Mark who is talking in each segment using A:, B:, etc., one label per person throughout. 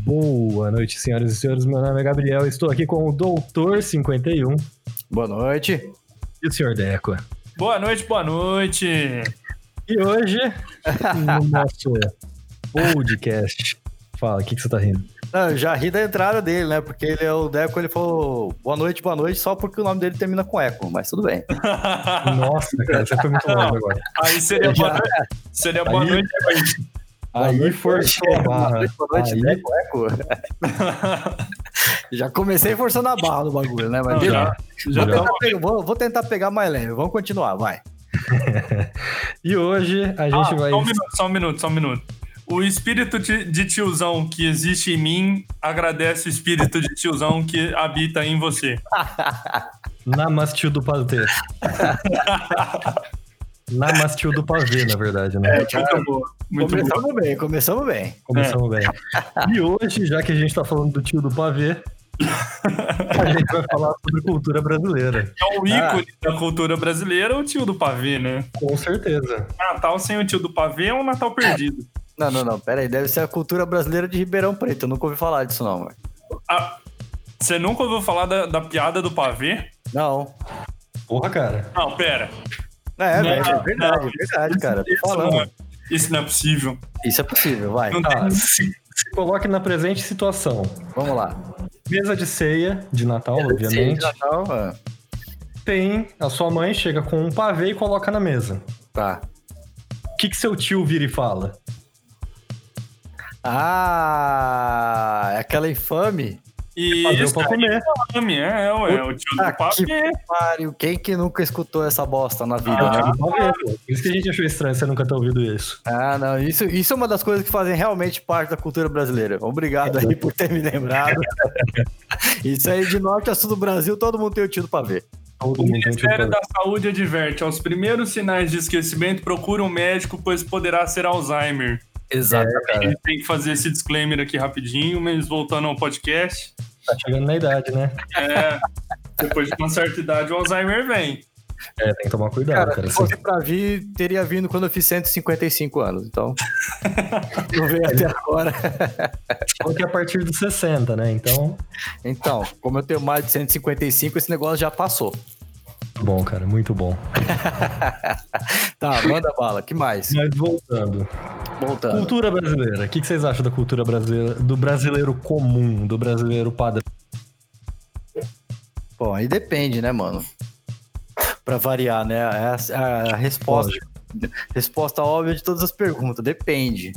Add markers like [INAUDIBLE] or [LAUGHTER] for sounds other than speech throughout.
A: Boa noite, senhoras e senhores. Meu nome é Gabriel. Estou aqui com o Doutor 51
B: Boa noite.
A: e o Senhor Deco.
C: Boa noite, boa noite.
A: E hoje, no nosso podcast. Fala, o que, que você tá rindo?
B: Não, eu já ri da entrada dele, né? Porque ele é o Deco, ele falou boa noite, boa noite, só porque o nome dele termina com eco, mas tudo bem.
A: Nossa, cara, você foi muito longe agora.
C: Aí seria boa
B: Já-
C: noite. Seria boa
A: Aí-
C: noite.
A: Boa noite, forçou a barra.
B: Boa noite, boa noite,
A: Aí-
B: Deco, eco.
C: [LAUGHS]
B: já comecei forçando a barra no bagulho, né? Mas
C: Não,
B: beleza.
C: já, já tá.
B: vou,
C: tamo-
B: tentar pegar, vou, vou tentar pegar mais leve. Vamos continuar, vai.
A: E hoje a
C: Ah,
A: gente vai.
C: Só um minuto, só um minuto, só um minuto. O espírito de de tiozão que existe em mim agradece o espírito de tiozão que habita em você.
A: Namastiu do pavê. Namastiu do pavê, na verdade, né?
C: Muito bom. Muito bom.
B: começamos bem, começamos bem.
A: Começamos
C: é.
A: bem. E hoje, já que a gente tá falando do tio do pavê, a gente vai falar sobre cultura brasileira.
C: É o ícone da cultura brasileira, o tio do pavê, né?
A: Com certeza.
C: Natal sem o tio do pavê é um Natal perdido.
B: Não, não, não, pera aí. Deve ser a cultura brasileira de Ribeirão Preto. Eu nunca ouvi falar disso, não, mano.
C: Ah, você nunca ouviu falar da, da piada do pavê?
B: Não.
A: Porra, cara.
C: Não, pera.
B: É,
C: Não,
B: velho, é verdade,
C: não.
B: é verdade, cara. Tô
C: Isso não,
B: falando.
C: é, isso não é possível.
B: Isso é possível, vai.
C: Não
A: Ah,
C: tem
A: se, se coloque na presente situação.
B: Vamos lá.
A: Mesa de ceia, de Natal,
B: Sim,
A: obviamente.
B: já tá, mano.
A: Tem, a sua mãe chega com um pavê e coloca na mesa.
B: Tá.
A: O que, que seu tio vira e fala?
B: Ah, é aquela infame.
C: E
A: Pavê
C: isso
A: pra comer.
C: é, é, é, ué, o tio do é
B: Ah, que
C: pavê.
B: pariu. Quem que nunca escutou essa bosta na vida?
A: É o
B: né?
A: tio do pavê, pô. Por isso que a gente achou estranho você nunca ter ouvido isso.
B: Ah, não. Isso, isso é uma das coisas que fazem realmente parte da cultura brasileira. Obrigado aí por ter me lembrado. isso aí de norte a sul do Brasil, todo mundo tem o tido pra ver.
A: Todo
C: O
A: mundo tem um tio do pavê.
C: Ministério da Saúde adverte: aos primeiros sinais de esquecimento, procure um médico, pois poderá ser Alzheimer.
B: Exato,
C: A gente tem que fazer esse disclaimer aqui rapidinho, mas voltando ao podcast.
A: Tá chegando na idade, né?
C: é, depois de uma certa idade, o Alzheimer vem.
A: É, tem que tomar cuidado,
B: Cara,
A: cara.
B: se fosse pra vir, teria vindo quando eu fiz 155 anos. Então, não veio até agora.
A: Você falou que é a partir dos 60, né? Então,
B: Então, como eu tenho mais de 155, esse negócio já passou.
A: muito bom, cara, muito bom.
B: Tá, manda bala. que mais?
A: Mas voltando.
B: Voltando.
A: Cultura brasileira. O que que vocês acham da cultura brasileira? Do brasileiro comum, do brasileiro padrão?
B: Bom, aí depende, né, mano? Pra variar, né? É a, a resposta, resposta óbvia de todas as perguntas. Depende.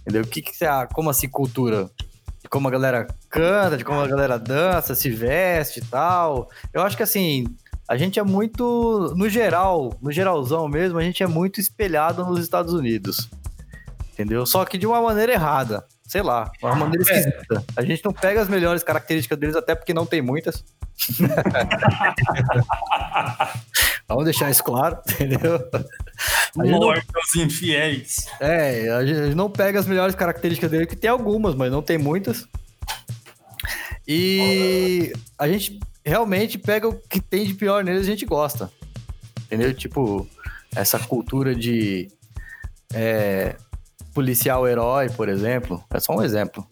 B: Entendeu? O que que você... ah, Como assim cultura? De como a galera canta, de como a galera dança, se veste e tal. Eu acho que, assim, a gente é muito... No geral, no geralzão mesmo, a gente é muito espelhado nos Estados Unidos. Entendeu? Só que de uma maneira errada. Sei lá, uma maneira
A: É.
B: esquisita. A gente não pega as melhores características deles, até porque não tem muitas. Vamos deixar isso claro, entendeu? A gente não-
C: Morte aos infiéis.
B: é, a gente não pega as melhores características dele, que tem algumas, mas não tem muitas. E a gente realmente pega o que tem de pior neles e a gente gosta. Entendeu? Tipo, essa cultura de é, policial herói, por exemplo. É só um exemplo.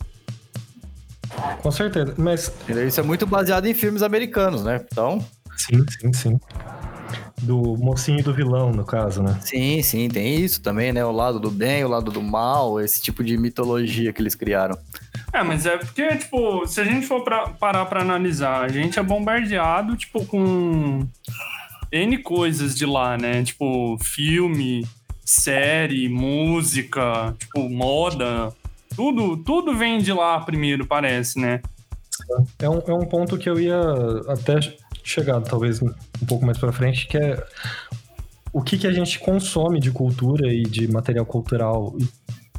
A: Com certeza. Mas,
B: Entendeu? Isso é muito baseado em filmes americanos, né? Então,
A: sim, sim, sim. Do mocinho e do vilão, no caso, né?
B: Sim, sim, tem isso também, né? O lado do bem, o lado do mal, esse tipo de mitologia que eles criaram.
C: É, mas é porque, tipo, se a gente for pra- parar pra analisar, a gente é bombardeado, tipo, com N coisas de lá, né? Tipo, filme, série, música, tipo, moda. Tudo, tudo vem de lá primeiro, parece, né?
A: É um, é um ponto que eu ia até chegar, talvez, um pouco mais pra frente, que é o que, que a gente consome de cultura e de material cultural e,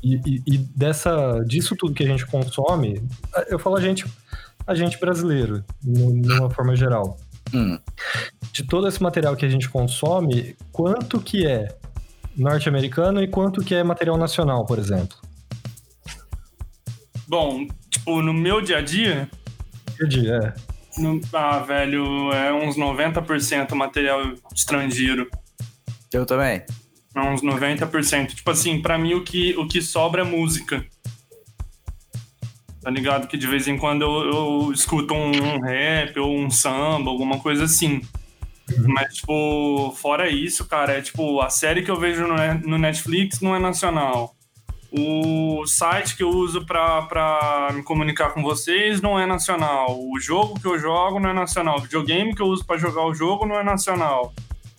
A: e- e- e dessa, disso tudo que a gente consome, eu falo a gente, a gente brasileiro, nu- numa forma geral.
B: Hum,
A: de todo esse material que a gente consome, quanto que é norte-americano e quanto que é material nacional, por exemplo?
C: Bom, tipo, no meu dia a dia,
A: Perdi, é.
C: no- ah, velho, é uns 90% material estrangeiro.
B: eu também.
C: É uns 90%. Tipo assim, pra mim o que, o que sobra é música. Tá ligado? Que de vez em quando eu, eu escuto um, um rap ou um samba, alguma coisa assim. Mas, tipo, fora isso, cara, é tipo, a série que eu vejo no, Ne- no Netflix não é nacional. O site que eu uso pra, pra me comunicar com vocês não é nacional. O jogo que eu jogo não é nacional. O videogame que eu uso pra jogar o jogo não é nacional.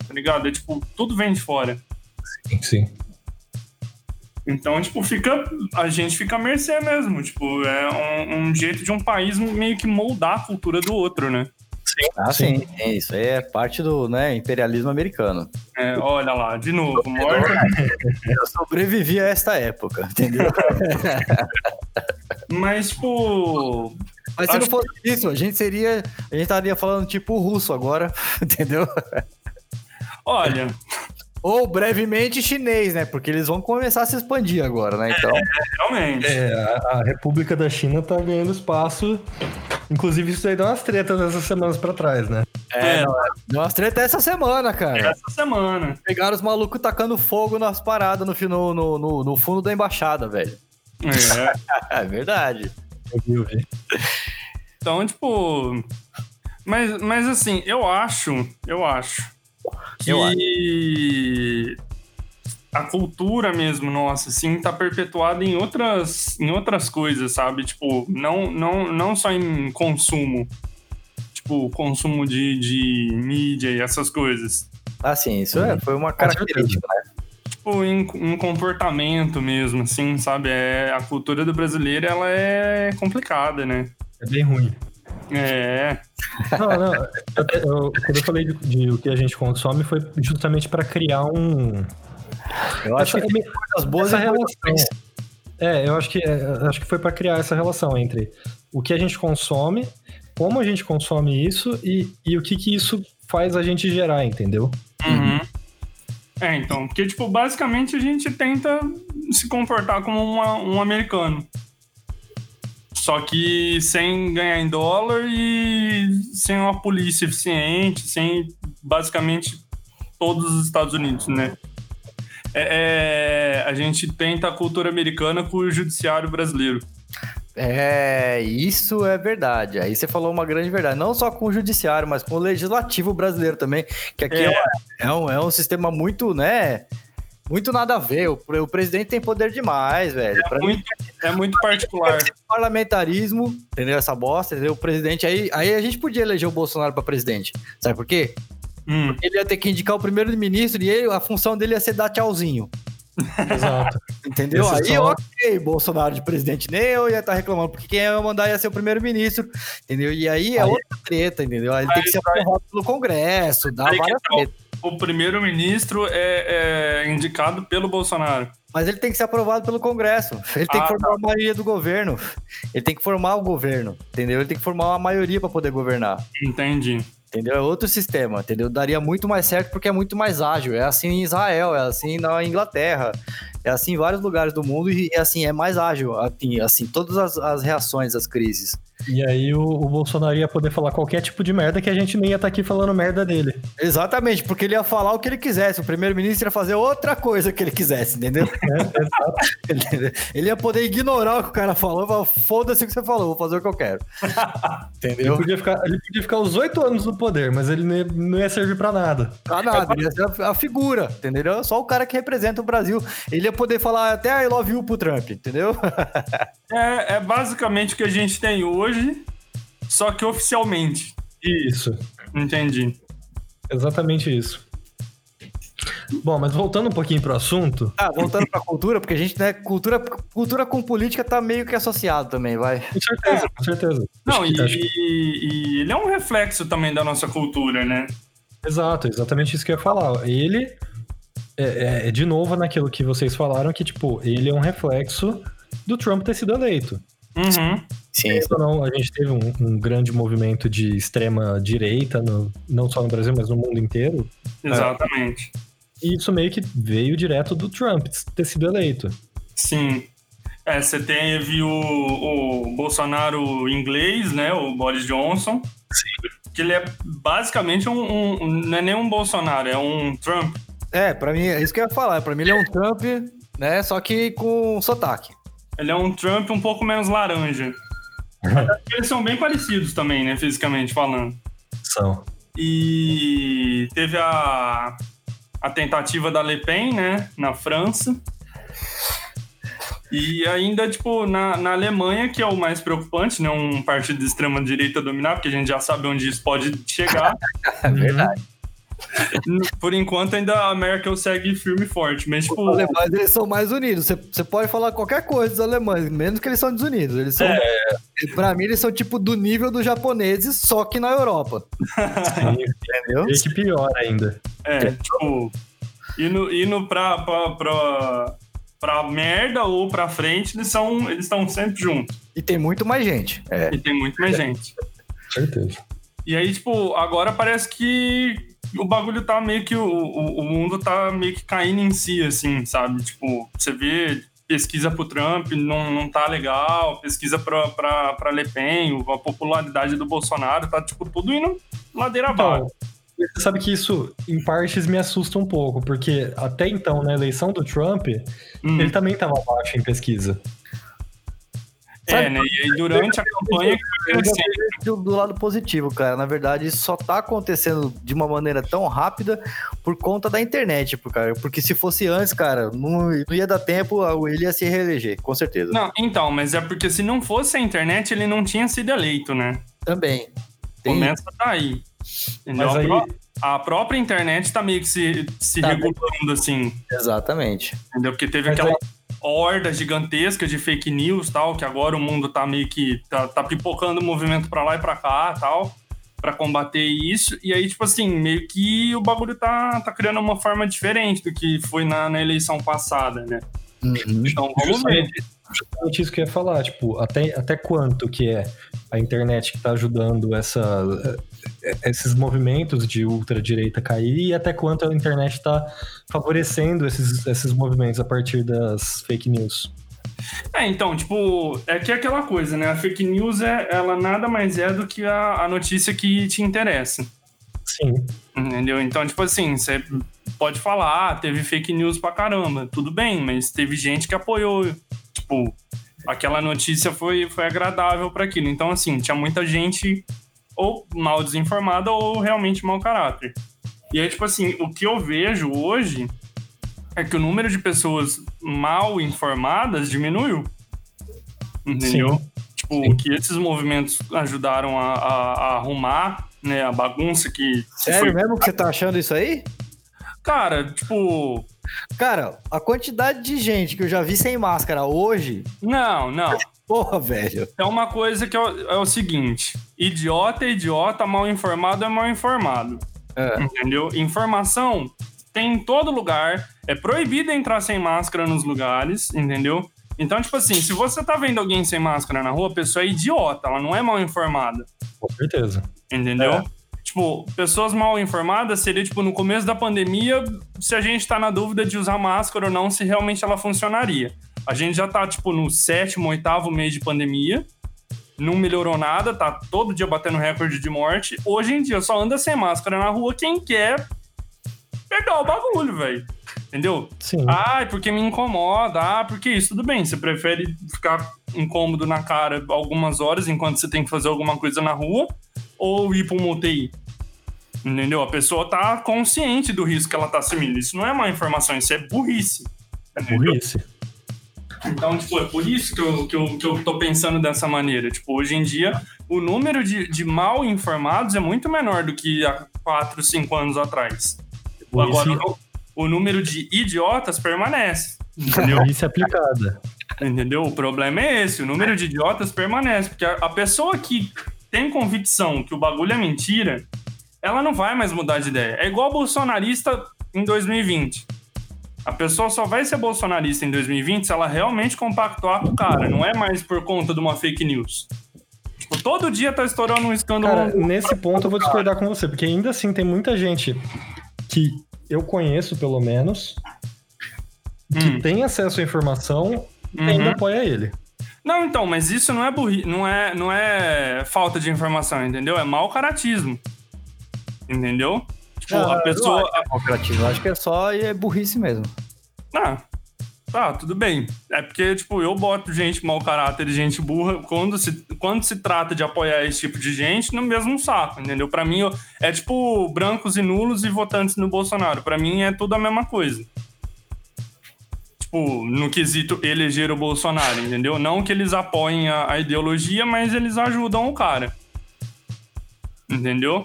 C: Tá ligado? É tipo, tudo vem de fora.
A: Sim, sim.
C: Então, tipo, fica. A gente fica à mercê mesmo. Tipo, é um, um jeito de um país meio que moldar a cultura do outro, né?
B: Ah,
A: Sim.
B: sim. é isso aí é parte do né, imperialismo americano.
C: É, olha lá, de novo, morta
B: Eu sobrevivi a esta época, [LAUGHS] entendeu?
C: Mas, tipo.
B: Mas se
C: Acho
B: não fosse isso, a gente seria. A gente estaria falando tipo russo agora, [LAUGHS] entendeu?
C: Olha,
B: Ou brevemente chinês, né? Porque eles vão começar a se expandir agora, né? Então.
C: realmente.
A: É, a, a República da China tá ganhando espaço. Inclusive, isso aí dá umas tretas essas semanas pra trás, né?
C: É,
B: Deu umas treta essa semana, cara.
C: essa semana.
B: Pegaram os malucos tacando fogo nas paradas no, fi- no, no, no- no fundo da embaixada, velho.
C: É.
B: É verdade.
A: Eu vi, eu vi.
C: Então, tipo. Mas, mas assim, eu acho, eu acho que
B: Eu
C: a cultura mesmo, nossa, assim, tá perpetuada em outras, em outras coisas, sabe? Tipo, não, não, não só em consumo. Tipo, consumo de, de mídia e essas coisas.
B: Assim, isso é, foi uma característica, né?
C: Tipo, em, em comportamento mesmo, assim, sabe? É, a cultura do brasileiro, ela é complicada, né?
A: É bem ruim.
C: É,
A: Não, não. Eu, eu- quando eu falei de, de o que a gente consome, foi justamente pra criar um.
B: né? Eu acho que
A: é meio-
B: as boas
A: essa
B: e boas
A: relação. É, eu acho que é, acho que foi para criar essa relação entre o que a gente consome, como a gente consome isso e, e o que que isso faz a gente gerar, entendeu?
C: Uhum. É, então, porque, tipo, basicamente a gente tenta se comportar como uma- um americano. Só que sem ganhar em dólar e sem uma polícia eficiente, sem basicamente todos os Estados Unidos, né? É, é, a gente tenta a cultura americana com o judiciário brasileiro.
B: É, isso é verdade. Aí você falou uma grande verdade. Não só com o judiciário, mas com o legislativo brasileiro também. Que aqui é,
C: É.
B: uma- é um, é um sistema muito, né? Muito nada a ver. O, pre- o presidente tem poder demais, velho. Pra mim,
C: Muito- é muito particular.
B: parlamentarismo, entendeu? Essa bosta, entendeu? O presidente aí. Aí a gente podia eleger o Bolsonaro pra presidente. Sabe por quê?
C: Hum.
B: Ele ia ter que indicar o primeiro-ministro e ele, a função dele ia ser dar tchauzinho.
A: Exato.
B: Entendeu?
C: é
A: Esse
B: aí,
A: só-
B: ok, Bolsonaro de presidente, nem eu ia estar reclamando, porque quem ia mandar ia ser o primeiro-ministro, entendeu? E aí é
A: Aí-
B: outra treta, entendeu? Aí tem que ser
C: vai.
B: aprovado pelo Congresso, dá
C: Aí que
B: várias
C: tá.
B: tretas.
C: O primeiro-ministro é- é indicado pelo Bolsonaro.
B: Mas ele tem que ser aprovado pelo Congresso. Ele tem
C: Ah,
B: que formar a maioria do governo. Ele tem que formar o governo, entendeu? Ele tem que formar uma maioria para poder governar.
C: Entendi.
B: Entendeu? É outro sistema, entendeu? Daria muito mais certo porque é muito mais ágil. É assim em Israel, é assim na Inglaterra, é assim em vários lugares do mundo e é assim, é mais ágil. Assim, assim todas as, as reações às crises.
A: E aí o, o Bolsonaro ia poder falar qualquer tipo de merda que a gente nem ia estar aqui falando merda dele.
B: Exatamente, porque ele ia falar o que ele quisesse. O primeiro-ministro ia fazer outra coisa que ele quisesse, [LAUGHS] entendeu? Entendeu? ele ia poder ignorar o que o cara falou e falar, foda-se o que você falou, vou fazer o que eu quero.
A: Ele
B: [LAUGHS] entendeu?
A: podia ficar, ele podia ficar os oito anos no poder, mas ele não ia, não ia servir pra nada.
B: Pra nada, ele ia ser é a- a figura, entendeu? Só o cara que representa o Brasil. Ele ia poder falar até I love you pro Trump, entendeu? [LAUGHS]
C: É, é basicamente o que a gente tem hoje, só que oficialmente.
A: Isso.
C: Entendi.
A: Exatamente isso. Bom, mas voltando um pouquinho pro assunto,
B: Ah, voltando pra cultura, porque a gente, né, cultura, cultura com política tá meio que associado também, vai.
A: com certeza, com certeza.
C: Não,
A: Acho que- tá, acho
C: e, e- e ele é um reflexo também da nossa cultura, né?
A: Exato, exatamente isso que eu ia falar. Ele é, é- é de novo naquilo que vocês falaram que tipo ele é um reflexo do Trump ter sido eleito.
C: Uhum.
B: Sim.
A: Ou não, a gente teve um, um grande movimento de extrema direita, no- não só no Brasil, mas no mundo inteiro.
C: É. Exatamente.
A: E isso meio que veio direto do Trump ter sido eleito.
C: Sim. É, você teve o, o Bolsonaro inglês, né? O Boris Johnson. Que ele é basicamente um, um- um- Não é nem um Bolsonaro, é um Trump.
B: É, pra mim, é isso que eu ia falar. Pra mim ele é um Trump, né, só que com sotaque.
A: [LAUGHS]
C: Ele é um Trump um pouco menos laranja. Eles são bem parecidos também, né, fisicamente falando.
A: São.
C: E teve a, a tentativa da Le Pen, né, na França. E ainda, tipo, na, na Alemanha, que é o mais preocupante, né, um partido de extrema-direita dominar, porque a gente já sabe onde isso pode chegar. [LAUGHS]
B: É verdade.
C: Por enquanto, ainda a Merkel segue firme e forte, mas, tipo...
B: Os alemães, eles são mais unidos. Você- Você pode falar qualquer coisa dos alemães, menos que eles são desunidos. Eles são,
C: É,
B: pra mim, eles são tipo do nível dos japoneses, só que na Europa.
A: E
B: Entendeu?
A: que pior ainda.
C: É, tipo, indo, indo pra, pra, pra, pra merda ou pra frente, eles estão eles tão sempre juntos.
B: E tem muito mais gente. É.
C: E tem muito mais gente.
A: Certeza.
C: E aí, tipo, agora parece que o bagulho tá meio que. O, o, o mundo tá meio que caindo em si, assim, sabe? Tipo, você vê pesquisa pro Trump não, não tá legal, pesquisa pra, pra, pra Le Pen, a popularidade do Bolsonaro, tá, tipo, tudo indo ladeira abaixo.
A: Então, você sabe que isso, em partes, me assusta um pouco, porque até então, na eleição do Trump,
C: Hum.
A: ele também estava abaixo em pesquisa.
C: É, né? E aí, durante a campanha assim, que foi
B: Eu já
C: crescendo.
B: vejo do, do lado positivo, cara. Na verdade, isso só tá acontecendo de uma maneira tão rápida por conta da internet, por- cara. Porque se fosse antes, cara, não, não ia dar tempo, ele ia se reeleger, com certeza.
C: Não, então, mas é porque se não fosse a internet, ele não tinha sido eleito, né?
B: Também. Tem-
C: Começa daí. Entendeu?
A: Mas
C: A
A: aí-
C: pró- A própria internet tá meio que se, se
B: Tá.
C: regulando, assim,
B: Exatamente.
C: entendeu? Porque teve
A: Mas
C: aquela
A: aí-
C: horda gigantesca de fake news tal, que agora o mundo tá meio que. tá, tá pipocando o movimento pra lá e pra cá tal, pra combater isso. E aí, tipo assim, meio que o bagulho tá, tá criando uma forma diferente do que foi na, na eleição passada, né?
B: Uhum.
C: Então vamos ver.
A: Justamente, justamente isso que eu ia falar, tipo, até, até quanto que é a internet que está ajudando essa, eh, esses movimentos de ultradireita cair e até quanto a internet está favorecendo esses, esses movimentos a partir das fake news.
C: É, então, tipo, é que é aquela coisa, né? A fake news, é, ela nada mais é do que a, a notícia que te interessa,
A: Sim,
C: entendeu? Então, tipo assim, você pode falar, ah, teve fake news pra caramba, tudo bem, mas teve gente que apoiou, tipo, aquela notícia foi, foi agradável pra aquilo. Então, assim, tinha muita gente ou mal desinformada ou realmente mau caráter. E aí, tipo assim, o que eu vejo hoje é que o número de pessoas mal informadas diminuiu. Entendeu? Tipo,
A: Sim.
C: que esses movimentos ajudaram a, a- a arrumar, né, a bagunça que que
B: Sério mesmo que você tá achando isso aí?
C: Cara, tipo,
B: Cara, a quantidade de gente que eu já vi sem máscara hoje,
C: não, não.
B: porra, velho.
C: É uma coisa que é o, é o seguinte: idiota é idiota, mal informado é mal informado.
B: É.
C: Entendeu? Informação tem em todo lugar, é proibido entrar sem máscara nos lugares, entendeu? Então, tipo assim, se você tá vendo alguém sem máscara na rua, a pessoa é idiota, ela não é mal informada.
A: com certeza.
C: Entendeu?
B: É.
C: Tipo, pessoas mal informadas seria, tipo, no começo da pandemia, se a gente tá na dúvida de usar máscara ou não, se realmente ela funcionaria. A gente já tá, tipo, no sétimo, oitavo mês de pandemia, não melhorou nada, tá todo dia batendo recorde de morte. Hoje em dia só anda sem máscara na rua quem quer pegar o bagulho, velho. Entendeu?
A: Sim.
C: Ah, porque me incomoda. Ah, porque isso. Tudo bem, você prefere ficar incômodo na cara algumas horas enquanto você tem que fazer alguma coisa na rua ou ir para um UTI? Entendeu? A pessoa tá consciente do risco que ela tá assumindo. Isso não é má informação, isso é burrice. Entendeu?
A: Burrice.
C: Então, tipo, é por isso que eu, que, eu, que eu tô pensando dessa maneira. Tipo, hoje em dia, o número de, de mal informados é muito menor do que há 4, 5 anos atrás.
A: Burrice,
C: Agora, o- o número de idiotas permanece. Entendeu?
A: burrice aplicada.
C: Entendeu? O problema é esse, o número de idiotas permanece, porque a, a pessoa que tem convicção que o bagulho é mentira, ela não vai mais mudar de ideia. É igual bolsonarista em 2020. A pessoa só vai ser bolsonarista em 2020 se ela realmente compactuar com o cara, não é mais por conta de uma fake news. Tipo, todo dia tá estourando um escândalo.
A: Cara, nesse ponto eu vou discordar com você, porque ainda assim tem muita gente que eu conheço, pelo menos,
C: Hum,
A: tem acesso à informação e
C: uhum.
A: ainda apoia ele.
C: Não, então, mas isso não é burri, não é, não é falta de informação, entendeu? É mau caratismo. Entendeu? Tipo,
B: Ah,
C: a
B: eu
C: pessoa,
B: acho que é cooperativo, eu acho que é só e é burrice mesmo.
C: Ah, tá, tudo bem. É porque, tipo, eu boto gente mau caráter e gente burra quando se, quando se trata de apoiar esse tipo de gente no mesmo saco, entendeu? Pra mim, eu- é tipo brancos e nulos e votantes no Bolsonaro. Pra mim, é tudo a mesma coisa. Tipo, no quesito eleger o Bolsonaro, entendeu? Não que eles apoiem a, a ideologia, mas eles ajudam o cara. Entendeu?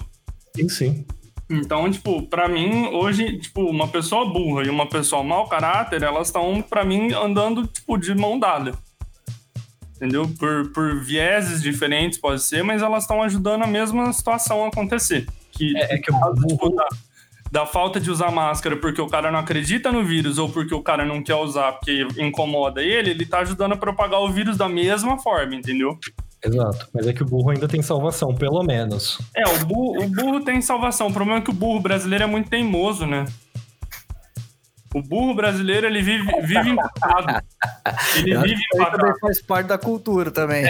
A: Sim, sim.
C: Então, tipo, pra mim, hoje, tipo, uma pessoa burra e uma pessoa mau caráter, elas estão, pra mim, andando, tipo, de mão dada. Entendeu? Por, por vieses diferentes, pode ser, mas elas estão ajudando a mesma situação a acontecer. Que,
A: É, é que o burro,
C: da, da falta de usar máscara porque o cara não acredita no vírus ou porque o cara não quer usar porque incomoda ele, ele tá ajudando a propagar o vírus da mesma forma, entendeu?
A: exato, mas é que o burro ainda tem salvação, pelo menos. [LAUGHS]
C: É, o burro, o burro tem salvação. O problema é que o burro brasileiro é muito teimoso, né? O burro brasileiro, ele vive, vive empatado. Ele
B: Eu acho é
C: vive
B: Isso aí
C: empatado.
B: também faz parte da cultura também.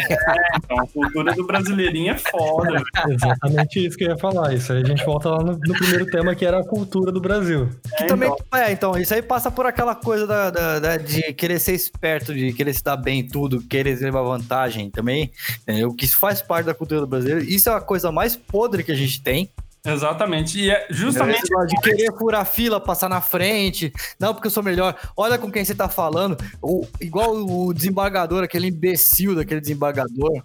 C: Então, a cultura do brasileirinho é foda, velho.
A: Exatamente isso que eu ia falar. Isso aí a gente volta lá no, no primeiro tema que era a cultura do Brasil.
B: Que
C: É,
B: também,
C: então.
B: é, então, isso aí passa por aquela coisa da, da- da- de querer ser esperto, de querer se dar bem em tudo, querer levar vantagem também. É, o que isso faz parte da cultura brasileira. Isso é a coisa mais podre que a gente tem.
C: Exatamente. E é justamente.
B: Esse negócio De querer furar fila, passar na frente. Não, porque eu sou melhor. Olha com quem você tá falando. O- igual o desembargador, aquele imbecil daquele desembargador.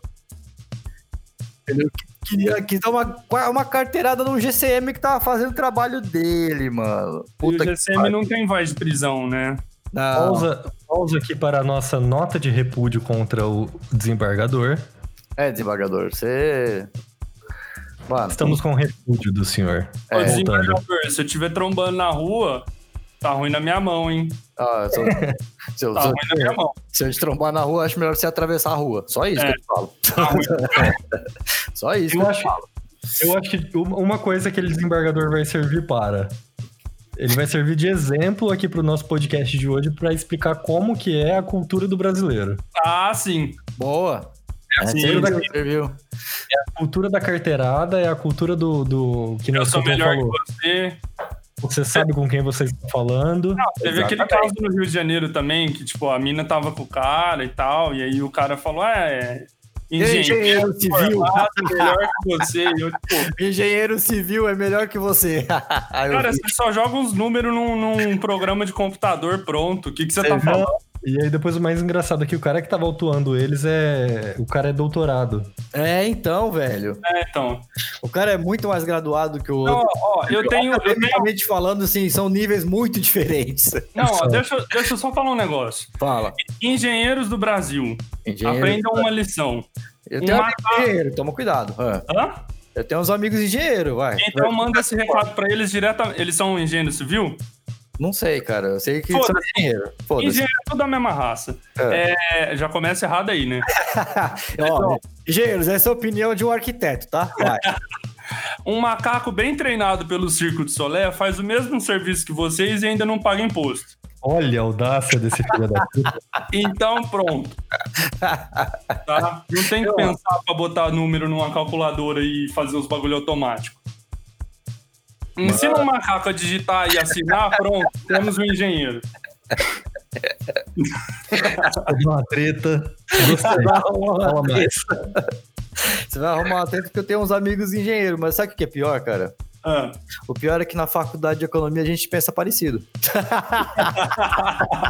B: Entendeu? Que queria que dar uma, uma carteirada num GCM que tava fazendo o trabalho dele, mano.
C: E o
B: Puta que
C: GCM não tem voz de prisão, né?
A: Ah.
B: não.
A: Pausa, pausa aqui para a nossa nota de repúdio contra o desembargador.
B: É, desembargador, você. Mano,
A: Estamos com o repúdio do senhor.
B: É.
C: Ô,
A: Voltando.
C: desembargador, se eu estiver trombando na rua, tá ruim na minha mão, hein?
B: ah, se, eu, se, eu,
C: [LAUGHS] Tá
B: se eu-
C: ruim na minha mão.
B: se eu te trombar na rua, acho melhor você atravessar a rua. Só isso
C: É.
B: que eu te falo.
C: Tá ruim.
B: [LAUGHS] Só isso.
A: Eu acho, eu acho que uma uma coisa que aquele desembargador vai servir para. Ele vai servir de exemplo aqui para o nosso podcast de hoje para explicar como que é a cultura do brasileiro.
C: Ah, sim.
B: Boa. É,
C: assim,
B: serviu,
A: daqui-
B: serviu.
A: A cultura da carteirada é a cultura do. do que
C: Eu
A: nosso
C: sou
A: Sultão
C: melhor que
A: falou.
C: você.
A: Você sabe com quem você está falando.
C: Teve aquele caso no Rio de Janeiro também, que, tipo, a mina tava com o cara e tal, e aí o cara falou, é, engenheiro
B: Engenheiro civil.
C: formado, melhor que você. E eu, tipo,
B: Engenheiro civil é melhor que você. [LAUGHS] Aí eu
C: cara,
B: vi.
C: você só joga uns números num, num programa de computador pronto, o que, que você tá
B: Você
C: falando?
A: E aí depois o mais engraçado é que o cara que tava autuando eles é. O cara é doutorado.
B: É, então, velho.
C: assim- É, então,
B: O cara é muito mais graduado que o
C: Então,
B: outro.
C: ó, ó, eu tenho... Eu tenho
B: Academicamente falando, assim, são níveis muito [LAUGHS] diferentes.
C: não, ó, deixa, eu- deixa eu só falar um negócio.
B: Fala.
C: Engenheiros do Brasil, aprendam uma lição.
B: Eu tenho
C: Uma-
B: amigos engenheiro, toma cuidado. Ah,
C: Hã?
B: Eu tenho uns amigos engenheiro, vai.
C: Então manda esse recado pra eles diretamente. Eles são um engenheiro civil?
B: Não sei, cara. Eu sei que
C: Foda-se.
B: são engenheiro. Foda-se.
C: Engenheiro é tudo da mesma raça.
B: É.
C: É, já começa errado aí, né?
B: Ó,
C: então.
B: engenheiros, essa é a opinião de um arquiteto, tá?
A: [LAUGHS]
B: Vai.
C: Um macaco bem treinado pelo Circo de Solé faz o mesmo serviço que vocês e ainda não paga imposto.
A: Olha a audácia desse filho da puta.
C: Então,
B: [LAUGHS]
C: pronto. Tá? Não tem que pensar pra botar número numa calculadora e fazer os bagulho automático. Ensina um macaco a digitar e assinar, pronto, temos um engenheiro.
A: Deu uma treta. Gostei. Fala mais.
B: Você vai arrumar uma treta porque eu tenho uns amigos engenheiro, mas sabe o que é pior, cara?
C: Ah,
B: O pior é que na faculdade de economia a gente pensa parecido. [LAUGHS]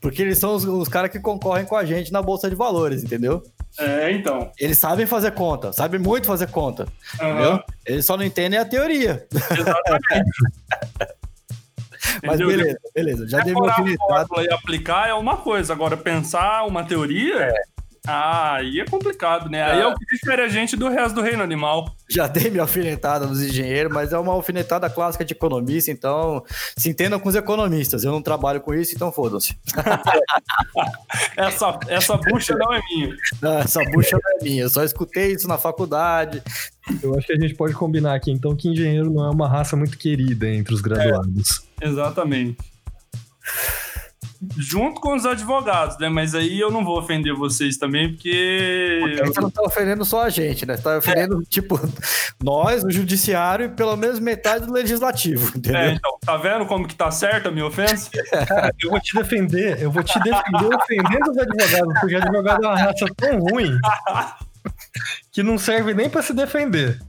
B: Porque eles são os, os caras que concorrem com a gente na Bolsa de Valores, entendeu?
C: é, então.
B: Eles sabem fazer conta, sabem muito fazer conta.
C: Aham,
B: Entendeu? Eles só não entendem a teoria. Mas
C: entendeu?
B: beleza, beleza. Já dei meu
C: Decorar a
B: alfinetado.
C: fórmula e aplicar é uma coisa, agora pensar uma teoria, ah, aí é complicado, né? Aí é o que difere a gente do resto do reino animal.
B: Já dei minha alfinetada nos engenheiros, mas é uma alfinetada clássica de economista, então se entendam com os economistas. Eu não trabalho com isso, então fodam-se.
C: Essa, essa bucha não é minha.
B: Não, Essa bucha não é minha, eu só escutei isso na faculdade.
A: Eu acho que a gente pode combinar aqui, então, que engenheiro não é uma raça muito querida entre os graduados.
C: Exatamente. junto com os advogados, né? Mas aí eu não vou ofender vocês também, porque.
B: Porque Você não tá ofendendo só a gente, né? Você tá
C: É.
B: ofendendo, tipo, nós, o judiciário e pelo menos metade do legislativo, [LAUGHS] entendeu?
C: É, então, tá vendo como que tá certa a minha ofensa?
A: Eu vou te defender, eu vou te defender ofendendo os advogados, porque advogado é uma raça tão ruim que não serve nem pra se defender.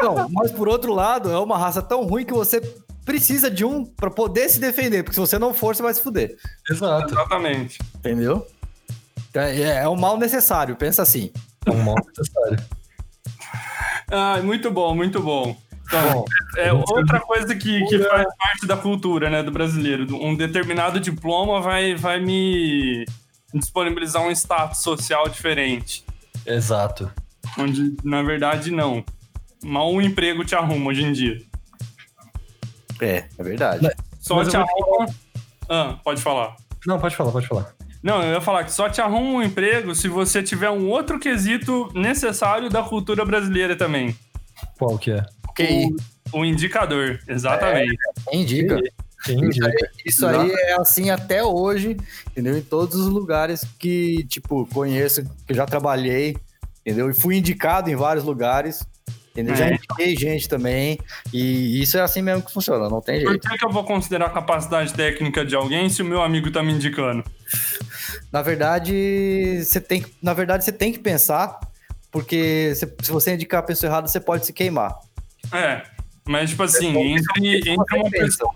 B: Não, mas por outro lado, é uma raça tão ruim que você precisa de um pra poder se defender, porque se você não for, você vai se fuder,
A: Exato.
C: Exatamente.
B: entendeu? Então, É, é um mal necessário, pensa assim.
A: É um mal necessário.
C: Ah, muito bom, muito bom. Então,
A: Bom,
C: é outra coisa que, que faz parte da cultura, né, do brasileiro. Um determinado diploma vai, vai me disponibilizar um status social diferente.
A: exato.
C: Onde, na verdade, não. Mal um emprego te arruma hoje em dia.
B: É, é verdade.
C: Só
A: Mas eu
C: te
A: vou te
C: arruma. Ah, pode falar.
A: Não, pode falar, pode falar.
C: Não, eu ia falar que só te arruma um emprego se você tiver um outro quesito necessário da cultura brasileira também.
A: Qual que é?
B: Ok,
C: O indicador, exatamente.
B: quem indica?
A: Quem indica?
B: Isso aí é assim até hoje, entendeu? Em todos os lugares que, tipo, conheço, que eu já trabalhei, entendeu? E fui indicado em vários lugares, entendeu? Já
C: É.
B: indiquei gente também, e isso é assim mesmo que funciona, não tem
C: Por
B: jeito.
C: que, que eu vou considerar a capacidade técnica de alguém se o meu amigo tá me indicando?
B: Na verdade, você tem que, na verdade, você tem que pensar, porque se, se você indicar a pessoa errada, você pode se queimar.
C: É, mas tipo assim,
B: é,
C: entre, entre, uma, pessoa,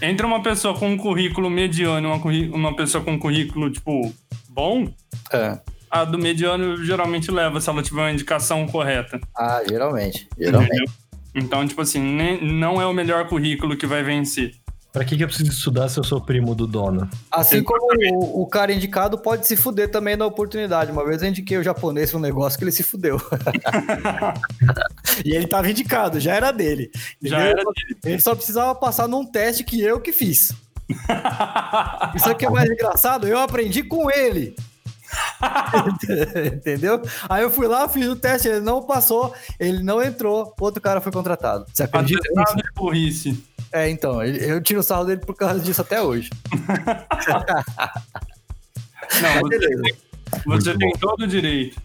C: entre uma pessoa com um currículo mediano e uma, curri- uma pessoa com um currículo, tipo, bom,
B: É.
C: a do mediano geralmente leva se ela tiver uma indicação correta.
B: Ah, geralmente, geralmente.
C: Entendeu? Então, tipo assim, nem- não é o melhor currículo que vai vencer. [LAUGHS]
A: Pra que, que eu preciso estudar se eu sou primo do dono?
B: Assim como o, o cara indicado pode se fuder também na oportunidade. Uma vez eu indiquei o japonês pra um negócio que ele se
C: [LAUGHS]
B: fudeu. e ele tava indicado, já era dele.
C: Já
B: entendeu?
C: era
B: Ele só precisava passar num teste que eu que fiz. Isso aqui é
C: [LAUGHS]
B: mais engraçado, eu aprendi com ele. Entendeu? Aí eu fui lá, fiz o teste, ele não passou, ele não entrou, outro cara foi contratado. Você acredita? nisso?
C: Atestado de burrice.
B: É, então, ele- eu tiro o sarro dele por causa disso até hoje.
C: Não,
B: Mas
C: você,
B: É beleza.
C: você
A: Muito
C: tem todo o direito.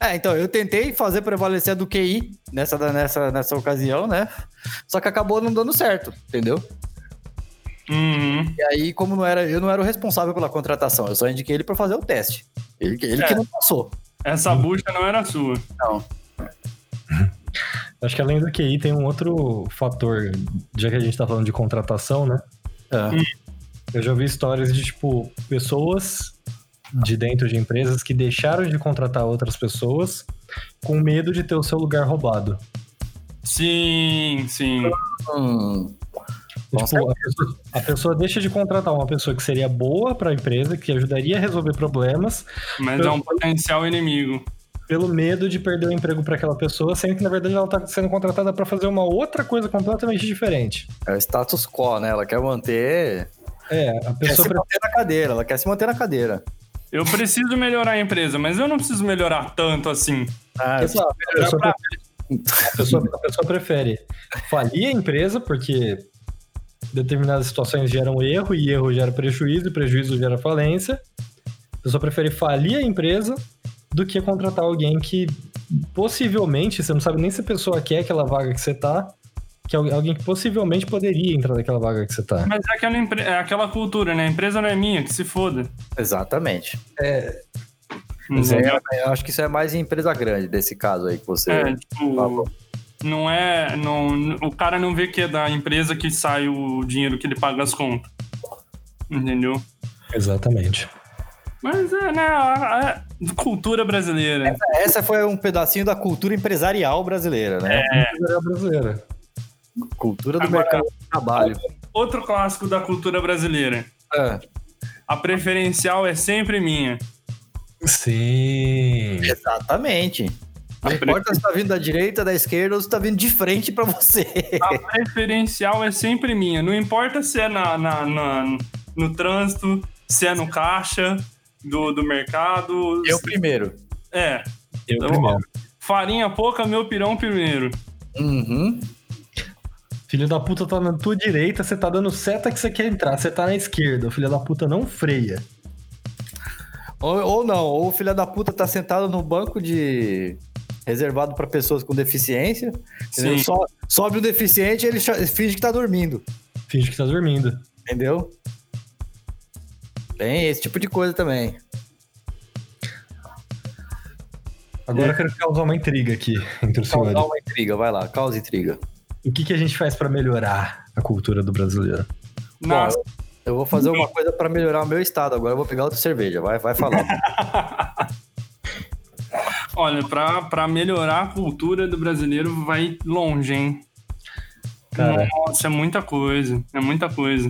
B: É, então, eu tentei fazer prevalecer a do QI nessa, nessa, nessa ocasião, né? Só que acabou não dando certo, entendeu?
C: Uhum.
B: E aí, como não era, eu não era o responsável pela contratação, eu só indiquei ele pra fazer o teste. Ele, que- ele
C: É.
B: que não passou.
C: Essa
B: Uhum.
C: bucha não era sua.
A: Acho que além do QI tem um outro fator, já que a gente tá falando de contratação, né? Eu já ouvi histórias de, tipo, pessoas de dentro de empresas que deixaram de contratar outras pessoas com medo de ter o seu lugar roubado.
C: Sim, sim.
B: Hum, Com
A: Tipo, a pessoa, a pessoa deixa de contratar uma pessoa que seria boa para a empresa, que ajudaria a resolver problemas,
C: Mas é um potencial inimigo.
A: pelo medo de perder o emprego para aquela pessoa, sendo que na verdade ela está sendo contratada para fazer uma outra coisa completamente diferente.
B: é o status quo, né? Ela quer manter.
A: É, a
B: Quer
A: pessoa
B: se manter na cadeira, ela quer se manter na cadeira.
C: Eu preciso melhorar a empresa, mas eu não preciso melhorar tanto assim.
B: Ah,
A: Exato. A pessoa, prefere, a pessoa- a pessoa prefere falir a empresa, porque determinadas situações geram erro, e erro gera prejuízo, e prejuízo gera falência. A pessoa prefere falir a empresa do que contratar alguém que possivelmente, você não sabe nem se a pessoa quer aquela vaga que você tá, que é al- alguém que possivelmente poderia entrar naquela vaga que você tá.
C: Mas é aquela, empre- é aquela cultura, né? A empresa não é minha, que se foda.
B: Exatamente. Isso aí
C: Entendeu?
B: é- eu acho que isso é mais em empresa grande, desse caso aí que você.
C: É,
B: falou.
C: tipo, não é. Não, o cara não vê que é da empresa que sai o dinheiro que ele paga as contas. Entendeu?
A: Exatamente.
C: Mas é, né? A, a cultura brasileira.
B: Essa foi um pedacinho da cultura empresarial brasileira, né?
A: Brasileira é brasileira.
B: Cultura do
C: Agora-
B: mercado de trabalho.
C: Outro clássico da cultura brasileira.
B: Ah,
C: A preferencial é sempre minha.
A: Sim.
B: exatamente. Não
C: A
B: importa se tá vindo da direita, da esquerda ou se tá vindo de frente pra você.
C: A preferencial é sempre minha. Não importa se é na, na- na- no trânsito, se é no caixa do, do mercado.
B: Eu primeiro.
C: É.
A: Eu
C: Então,
A: primeiro.
C: Farinha pouca, meu pirão primeiro.
B: Uhum.
A: Filho da puta tá na tua direita, você tá dando seta que você quer entrar, você tá na esquerda, o filho da puta não freia.
B: Ou, ou não, ou o filho da puta tá sentado no banco de. reservado pra pessoas com deficiência.
C: Sim.
B: So- sobe o deficiente e ele cha- finge que tá dormindo.
A: Finge que tá dormindo.
B: Entendeu? Tem esse tipo de coisa também.
A: Agora eu quero causar uma intriga aqui entre os senhores.
B: Causar uma intriga, vai lá, causa intriga.
A: O que, que a gente faz pra melhorar a cultura do brasileiro?
C: Nossa,
B: Eu vou fazer uma coisa pra melhorar o meu estado. Agora eu vou pegar outra cerveja. Vai, vai falar.
C: olha, pra, pra melhorar a cultura do brasileiro vai longe, hein?
A: Cara,
C: Nossa, é muita coisa. É muita coisa.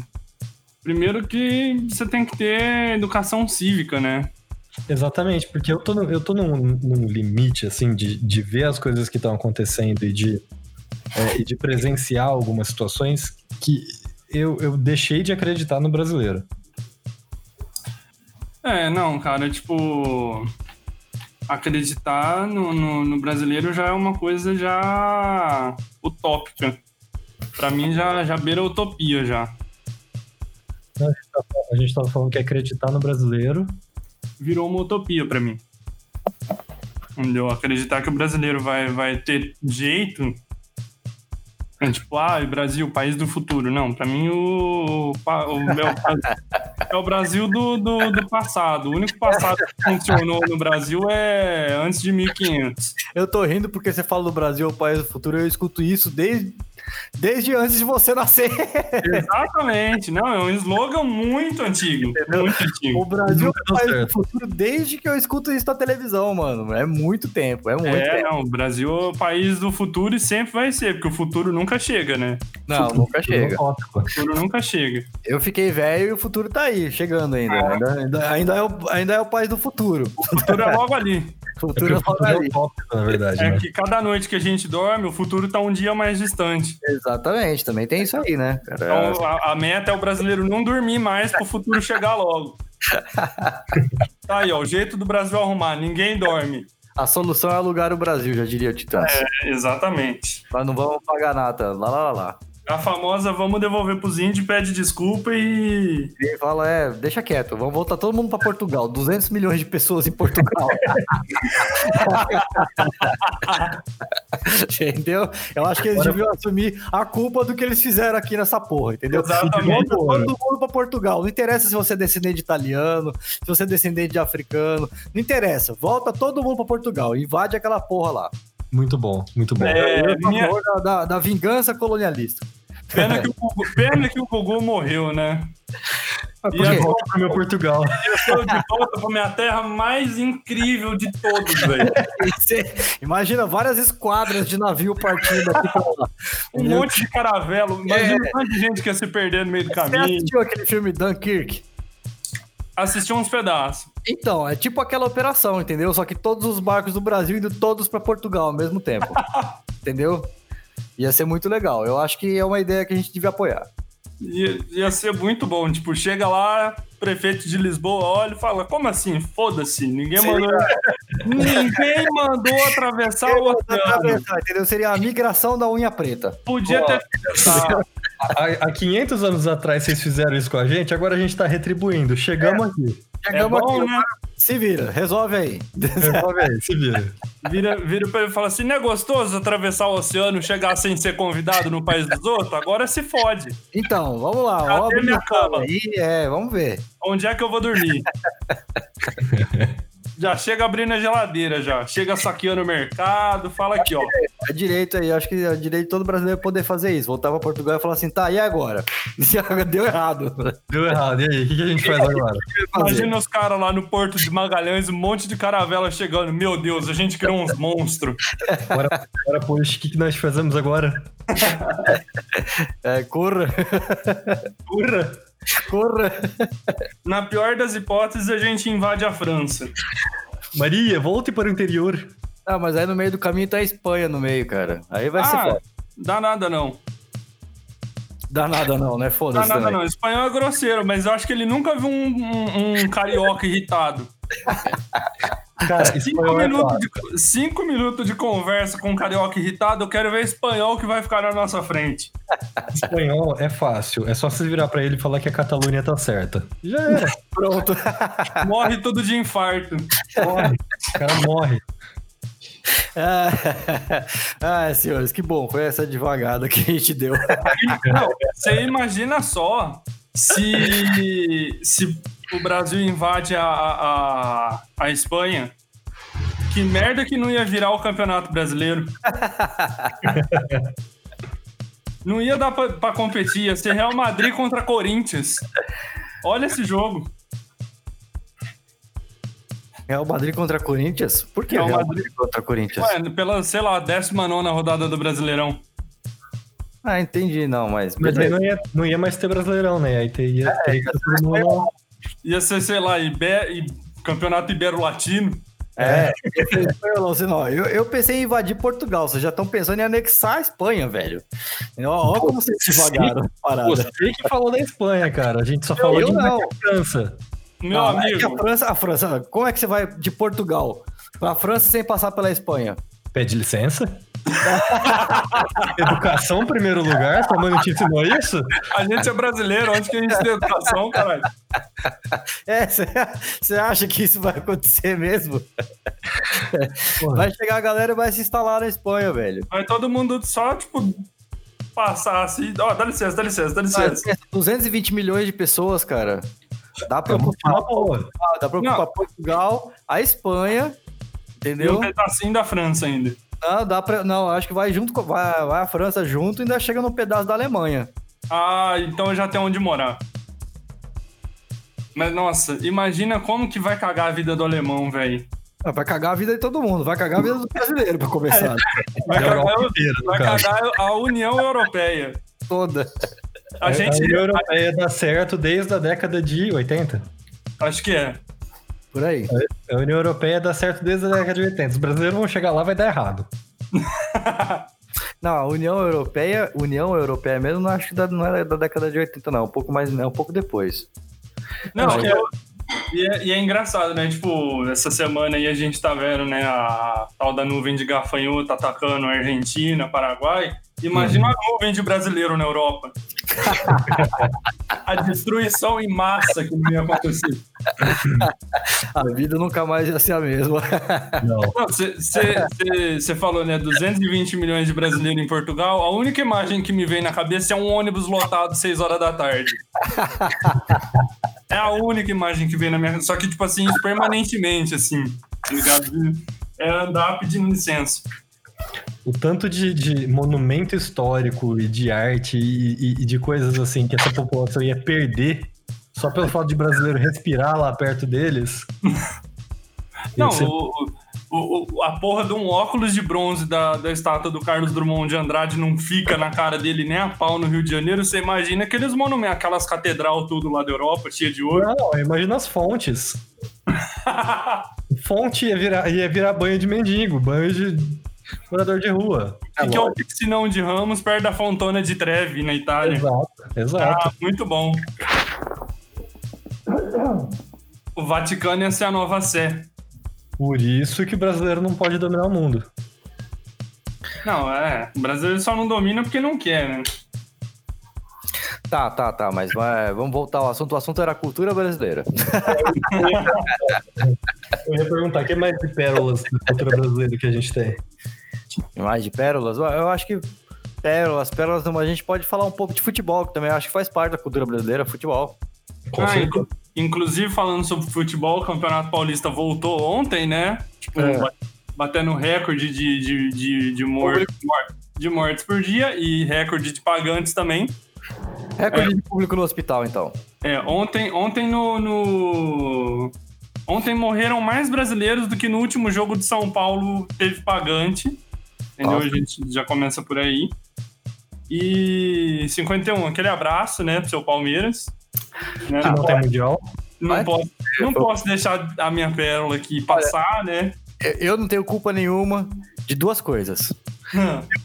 C: Primeiro que você tem que ter educação cívica, né?
A: exatamente, porque eu tô, no- eu tô num, num limite, assim, de, de ver as coisas que estão acontecendo e de, é, e de presenciar algumas situações que eu, eu deixei de acreditar no brasileiro.
C: É, não, cara, tipo. Acreditar no, no- no brasileiro já é uma coisa já utópica. Pra mim já, já beira a utopia já.
A: A gente tava falando que é acreditar no brasileiro.
C: Virou uma utopia pra mim. Entendeu? Acreditar que o brasileiro vai, vai ter jeito. É tipo, ah, e Brasil, país do futuro. Não, pra mim o, o, pa- o meu [LAUGHS] é o Brasil do, do, do passado. O único passado que funcionou no Brasil é antes de 1500.
B: eu tô rindo porque você fala do Brasil, o país do futuro. Eu escuto isso desde, desde antes de você nascer.
C: Exatamente. Não, é um slogan muito antigo. Muito antigo.
B: O Brasil
A: Nunca
B: é
A: deu
B: o país do
A: certo.
B: futuro desde que eu escuto isso na televisão, mano. É muito tempo, é muito
C: É,
B: tempo.
C: não, o Brasil é o país do futuro e sempre vai ser, porque o futuro nunca chega, né?
B: Não, nunca
A: é
B: chega.
A: Utópico.
C: O futuro nunca chega.
B: Eu fiquei velho e o futuro tá aí, chegando ainda.
A: Ah.
B: Ainda, ainda, ainda é, o, ainda é o país do futuro.
C: O futuro é logo ali.
B: O
A: É porque
B: futuro
A: o futuro é
B: tá aí.
A: utópico, na verdade,
C: É
A: né?
C: que cada noite que a gente dorme, o futuro tá um dia mais distante.
B: Exatamente, também tem isso aí, né? cara?
C: Então a, a meta é o brasileiro não dormir mais pro futuro chegar logo. Tá aí, ó. O jeito do Brasil arrumar, ninguém dorme.
B: A solução é alugar o Brasil, já diria o Titãs.
C: É, exatamente.
B: Mas não vamos pagar nada. Lá, lá, lá, lá.
C: A famosa vamos devolver pros índios, pede desculpa e
B: Ele fala, é, deixa quieto, vamos voltar todo mundo pra Portugal. 200 milhões de pessoas em Portugal. [LAUGHS] entendeu? Eu acho que eles deviam assumir a culpa do que eles fizeram aqui nessa porra, entendeu?
C: Exatamente.
B: Volta todo mundo pra Portugal. Não interessa se você é descendente de italiano, se você é descendente de africano. Não interessa. Volta todo mundo pra Portugal. Invade aquela porra lá.
A: Muito bom, muito bom.
C: É,
B: Eu a
C: minha-
B: favor da- da- da vingança colonialista.
C: Pena que, o Gugu, pena que o Gugu morreu, né?
A: Mas
C: e
A: por que
C: aí?
A: volta pro meu Portugal?
C: Eu sou de volta pra minha terra mais incrível de todos, velho.
B: [LAUGHS] Você imagina várias esquadras de navio partindo daqui pra lá.
C: Um monte de caravelo, imagina um monte de gente que ia se perder no meio do
B: Você
C: caminho.
B: assistiu aquele filme Dunkirk?
C: Assistiu uns pedaços.
B: Então, é tipo aquela operação, entendeu? Só que todos os barcos do Brasil indo todos pra Portugal ao mesmo [LAUGHS] tempo. entendeu? Ia ser muito legal. Eu acho que é uma ideia que a gente devia apoiar.
C: Ia, ia ser muito bom. Tipo, chega lá, prefeito de Lisboa olha e fala: Como assim? Foda-se, ninguém
B: Sim.
C: mandou. Ninguém mandou atravessar o oceano.
B: Atravessar, entendeu? Seria a migração da unha preta.
C: Podia ter feito.
A: Há, há 500 anos atrás vocês fizeram isso com a gente, agora a gente tá retribuindo. Chegamos aqui.
C: É bom, né?
B: Se vira, resolve aí.
A: Resolve aí, se vira.
C: Vira, vira pra ele e fala assim: não é gostoso atravessar o oceano e chegar sem ser convidado no país dos outros? Agora se fode.
B: Então, vamos lá.
C: Cadê
B: obra
C: minha
B: do cara
C: cama?
B: Aí, é, vamos ver.
C: Onde é que eu vou dormir? já chega abrindo a geladeira, já. Chega saqueando o mercado, fala aqui, ó.
B: É direito aí, acho que é direito de todo brasileiro poder fazer isso. Voltar pra Portugal e falar assim, tá, e agora? [LAUGHS] Deu errado.
A: Deu errado. E aí, o que, que a gente faz agora?
C: Imagina os caras lá no Porto de Magalhães, um monte de caravela chegando. Meu Deus, a gente criou uns monstros.
A: Bora, bora pois, o que, que nós fazemos agora?
B: É, corra, [LAUGHS]
A: Porra!
B: corra.
C: Na pior das hipóteses, a gente invade a França.
A: Maria, volte para o interior.
B: Ah, mas aí no meio do caminho tá a Espanha no meio, cara. Aí vai ser
C: Ah,
B: foda.
C: dá nada não.
B: Dá nada não, né?
C: Dá
B: Foda-se.
C: nada
B: também.
C: não. Espanhol é grosseiro, mas eu acho que ele nunca viu um, um- um carioca irritado.
A: [LAUGHS] Cara,
C: Cinco
A: espanhol é
C: minutos,
A: claro.
C: de, cinco minutos de conversa com um carioca irritado, eu quero ver espanhol que vai ficar na nossa frente.
A: Espanhol é fácil. É só você virar pra ele e falar que a Catalunha tá certa. Já era.
B: Pronto.
C: Morre todo
B: [LAUGHS]
C: de infarto.
A: Morre. O cara morre.
B: [LAUGHS] ah, senhores, que bom. Foi essa devagada que a gente deu. [LAUGHS]
C: Não, você imagina só se, se o Brasil invade a, a, a- a Espanha. Que merda que não ia virar o Campeonato
B: [LAUGHS]
C: Brasileiro. Não ia dar pra, pra competir, ia ser Real Madrid contra Corinthians. Olha esse jogo.
B: Real Madrid contra Corinthians? Por que
C: Real
B: Real,
C: Madrid.
B: Madrid. contra Corinthians?
C: Ué, pela, sei lá, 19 rodada do Brasileirão.
B: Ah, entendi, não, mas.
A: Mas aí
B: beleza.
A: não ia, não ia mais ter brasileirão, né? Aí teria, teria que ter todo mundo
C: Ia ser, sei lá, Ibe- I- Campeonato Ibero-Latino.
B: É, espanholão, senão, eu, eu pensei em invadir Portugal, vocês já estão pensando em anexar a Espanha, velho. Olha como vocês devagaram a
A: é,
B: parada.
A: Você que falou da Espanha, cara. A gente só falou
B: eu
A: de
B: não.
A: França.
C: Meu
B: Não, é que a
C: amigo,
B: França, a França, como é que você vai de Portugal pra França sem passar pela Espanha?
A: Pede licença? Educação em primeiro lugar? Sua mãe não te ensinou isso?
C: a gente é brasileiro, onde que a gente tem educação, caralho?
B: É, [LAUGHS] você acha que isso vai acontecer mesmo?
A: Porra.
B: Vai chegar a galera e vai se instalar na Espanha, velho.
C: Vai todo mundo só, tipo, passar assim. Ó, dá licença, dá licença,
A: Tá,
C: dá
B: Ah,
C: licença.
B: 220 milhões de pessoas, cara. Dá pra
A: É uma
B: ocupar,
A: boa.
B: dá pra
C: Não.
B: ocupar Portugal, a Espanha,
C: E
B: entendeu?
C: um pedacinho da França ainda.
B: Não, dá pra. Não, acho que vai junto com. Vai, vai a França junto e ainda chega num pedaço da Alemanha.
C: Ah, então eu já tenho onde morar. Mas, nossa, imagina como que vai cagar a vida do alemão, velho.
B: Ah, Vai cagar a vida de todo mundo, vai cagar a vida do brasileiro pra começar.
C: Vai,
A: Da
C: cagar,
A: É Europa inteira, no
C: vai
A: caso.
C: cagar a União Europeia.
B: Toda.
C: A gente,
A: A União Europeia dá certo desde a década de 80.
C: acho que é.
B: Por aí.
A: A União Europeia dá certo desde a década de 80. Os brasileiros vão chegar lá, vai dar errado.
B: Não, a União Europeia, União Europeia mesmo, não acho que da- não era da década de 80, não. Um pouco mais, não, um pouco depois.
C: Não,
B: Mas-
C: eu- e, é, e é engraçado, né? Tipo, essa semana aí a gente tá vendo, né, a tal da nuvem de gafanhoto atacando a Argentina, Paraguai. Imagina a nuvem de brasileiro na Europa. a destruição em massa que não ia acontecer.
B: A vida nunca mais ia ser a mesma.
A: Não.
B: [LAUGHS]
C: Você falou, né, 220 milhões de brasileiros em Portugal. A única imagem que me vem na cabeça é um ônibus lotado 6 horas da tarde. É a única imagem que vem na minha... Só que, tipo assim, isso permanentemente, assim, tá ligado? É andar pedindo licença.
A: O tanto de, de monumento histórico e de arte e, e- e de coisas assim que essa população ia perder só pelo fato de brasileiro respirar lá perto deles.
C: Não,
A: Ia ser-
C: o, o- o- a porra de um óculos de bronze da, da estátua do Carlos Drummond de Andrade não fica na cara dele nem a pau no Rio de Janeiro. Você imagina aqueles monumentos, aquelas catedral tudo lá da Europa, cheia de ouro.
A: Não, imagina as [LAUGHS] fontes. Fonte ia virar, ia virar banho de mendigo, banho de morador de rua.
C: O que é o piscinão de Ramos perto da Fontana de Trevi, na Itália.
A: Exato, exato.
C: Ah, muito bom. O Vaticano ia ser a nova Sé.
A: Por isso que o brasileiro não pode dominar o mundo.
C: Não, é. O brasileiro só não domina porque não quer, né?
B: Tá, tá, tá, mas vai- vamos voltar ao assunto. O assunto era a cultura brasileira.
A: Eu ia perguntar, que mais de pérolas da cultura brasileira que a gente tem?
B: Mais de pérolas? Eu- Eu acho que pérolas, pérolas, não, mas a gente pode falar um pouco de futebol, que também acho que faz parte da cultura brasileira, futebol.
A: Com
C: Ah,
A: certeza.
C: inclu- inclusive, falando sobre futebol, o Campeonato Paulista voltou ontem, né? Tipo,
B: É.
C: ba- batendo recorde de, de, de, de, mor- mor- de mortes por dia e recorde de pagantes também.
B: Recorde de público no hospital, então.
C: É, ontem, ontem no, no- Ontem morreram mais brasileiros do que no último jogo de São Paulo teve pagante. Entendeu?
B: Nossa.
C: A gente já começa por aí. E 51, aquele abraço, né, pro seu Palmeiras. Né?
A: Que Ah, não tem mundial.
C: Não,
B: Vai.
C: posso, não posso deixar a minha pérola aqui passar, né? [LAUGHS]
B: Eu- Eu não tenho culpa nenhuma de duas coisas.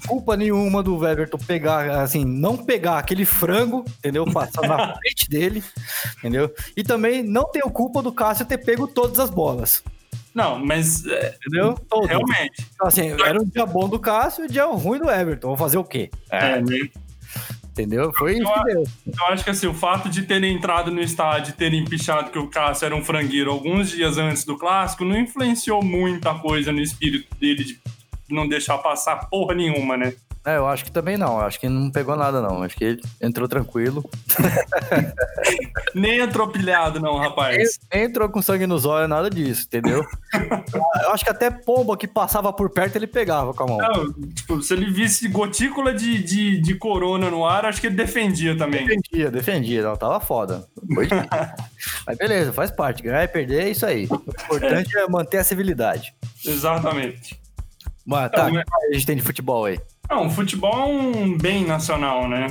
B: Culpa nenhuma do Everton pegar, assim, não pegar aquele frango, entendeu? Passar
C: [LAUGHS]
B: na frente dele, entendeu? E também não tenho culpa do Cássio ter pego todas as bolas.
C: Não, mas é,
B: Entendeu? Todos.
C: realmente.
B: Então, assim, era um dia bom do Cássio e um dia ruim do Everton. Vou fazer o quê?
C: É, né?
B: Entendeu? Foi isso que deu.
C: Eu acho que assim, o fato de terem entrado no estádio e terem pichado que o Cássio era um frangueiro alguns dias antes do clássico não influenciou muita coisa no espírito dele de não deixar passar porra nenhuma, né?
B: É, eu acho que também não. Eu acho que não pegou nada, não. Acho que ele entrou tranquilo.
C: Nem atropelado, não,
B: Ele
C: rapaz.
B: nem entrou com sangue nos olhos, nada disso,
C: [LAUGHS]
B: entendeu? eu acho que até pomba que passava por perto ele pegava com a mão.
C: Não, tipo, se ele visse gotícula de, de, de corona no ar, acho que ele defendia também.
B: Defendia, defendia. Não, tava foda. Foi difícil. Mas beleza, faz parte. Ganhar e perder é isso aí. O importante é manter a civilidade.
C: Exatamente.
B: Mas tá,
C: Não,
B: o que a gente tem de futebol aí?
C: Não, o futebol é um bem nacional, né?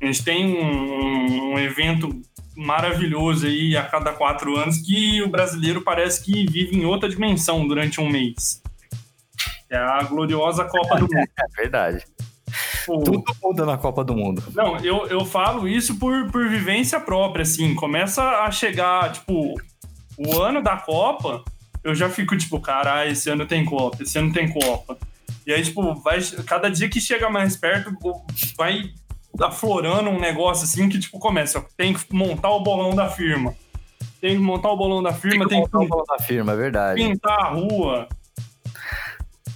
C: A gente tem um, um evento maravilhoso aí a cada quatro anos que o brasileiro parece que vive em outra dimensão durante um mês. É a gloriosa Copa do
B: É verdade.
C: Mundo.
B: Tudo muda na Copa do Mundo.
C: Não, eu, eu falo isso por, por vivência própria, assim. Começa a chegar, tipo, o ano da Copa, eu já fico, tipo, caralho, esse ano tem Copa, esse ano tem Copa. E aí, tipo, vai, cada dia que chega mais perto, o- vai aflorando um negócio assim que, tipo, começa. ó, Tem que montar o bolão da firma. Tem que montar o bolão da firma, tem que,
B: Voltar o bola da firma, é verdade.
C: pintar a rua.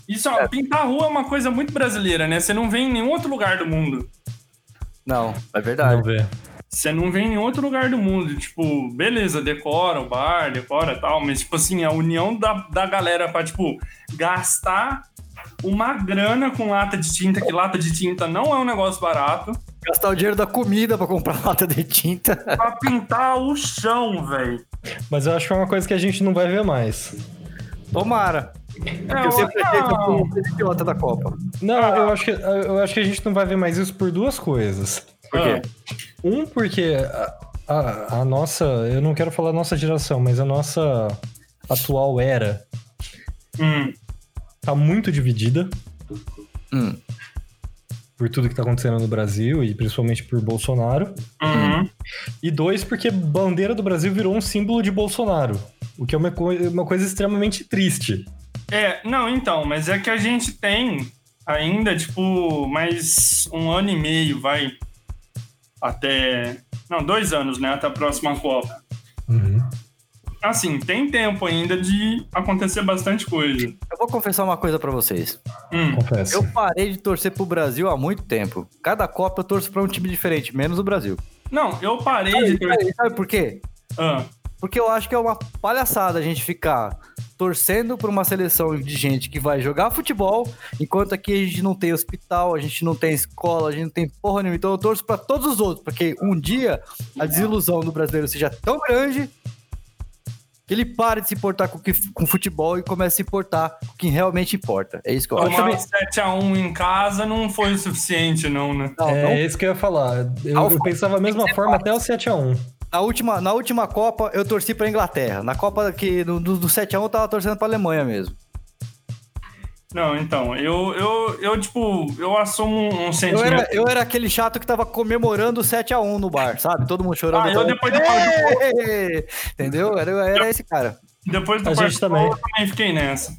C: Isso, ó, pintar a rua é uma coisa muito brasileira, né? Você não vê em nenhum outro lugar do mundo.
B: Não, é verdade.
A: Vamos ver.
C: Você não vem em outro lugar do mundo. Tipo, beleza, decora o bar, decora tal, mas, tipo assim, a união da, da galera pra, tipo, gastar uma grana com lata de tinta, que lata de tinta não é um negócio barato,
B: Gastar o dinheiro da comida pra comprar [LAUGHS] lata de tinta.
C: pra pintar o chão, velho.
A: Mas eu acho que é uma coisa que a gente não vai ver mais.
B: Tomara. Porque
C: eu-
B: eu sempre achei que eu fui
C: É, não.
B: um idiota da Copa.
A: Não, eu, acho que, eu acho que a gente não vai ver mais isso por duas coisas.
B: Por quê?
A: Um, porque a, a- a nossa. Eu não quero falar nossa geração, mas a nossa atual era
C: Hum,
A: tá muito dividida
B: Hum.
A: por tudo que tá acontecendo no Brasil e principalmente por Bolsonaro.
C: uhum.
A: E dois, porque bandeira do Brasil virou um símbolo de Bolsonaro. O que é uma, coi- uma coisa extremamente triste.
C: É, não, então, mas é que a gente tem ainda, tipo, mais um ano e meio, vai. Até. Não, dois anos, né? Até a próxima Copa. assim, tem tempo ainda de acontecer bastante coisa.
B: Eu vou confessar uma coisa pra vocês.
C: Hum,
A: Confesso.
B: Eu parei de torcer pro Brasil há muito tempo. Cada Copa eu torço pra um time diferente, menos o Brasil.
C: Não, eu parei de ter.
B: Sabe, sabe por quê?
C: Ah,
B: Porque eu acho que é uma palhaçada a gente ficar torcendo por uma seleção de gente que vai jogar futebol, enquanto aqui a gente não tem hospital, a gente não tem escola, a gente não tem porra nenhuma. Então eu torço pra todos os outros, porque um dia a desilusão do brasileiro seja tão grande que ele pare de se importar com o que- com o futebol e comece a se importar com o que realmente importa. É isso que eu acho.
C: tomar 7x1 em casa não foi o suficiente, não, né?
B: Não, não
A: É isso que eu ia falar. Eu,
B: Alfa,
A: eu pensava a mesma forma até o 7x1.
B: Na última, na última Copa, eu torci pra Inglaterra. Na Copa que, do, do 7x1, eu tava torcendo pra Alemanha mesmo.
C: Não, então, eu, eu, eu tipo, eu assumo um- um
B: Eu
C: sentimento.
B: era, eu era aquele chato que tava comemorando o 7x1 no bar, sabe? Todo mundo chorando.
C: Ah, eu
B: todo mundo,
C: depois do pau de
B: "Ê!" Entendeu? Era, eu era esse cara.
C: Depois do
A: A gente
C: quarto
A: também.
C: gol, eu também fiquei nessa.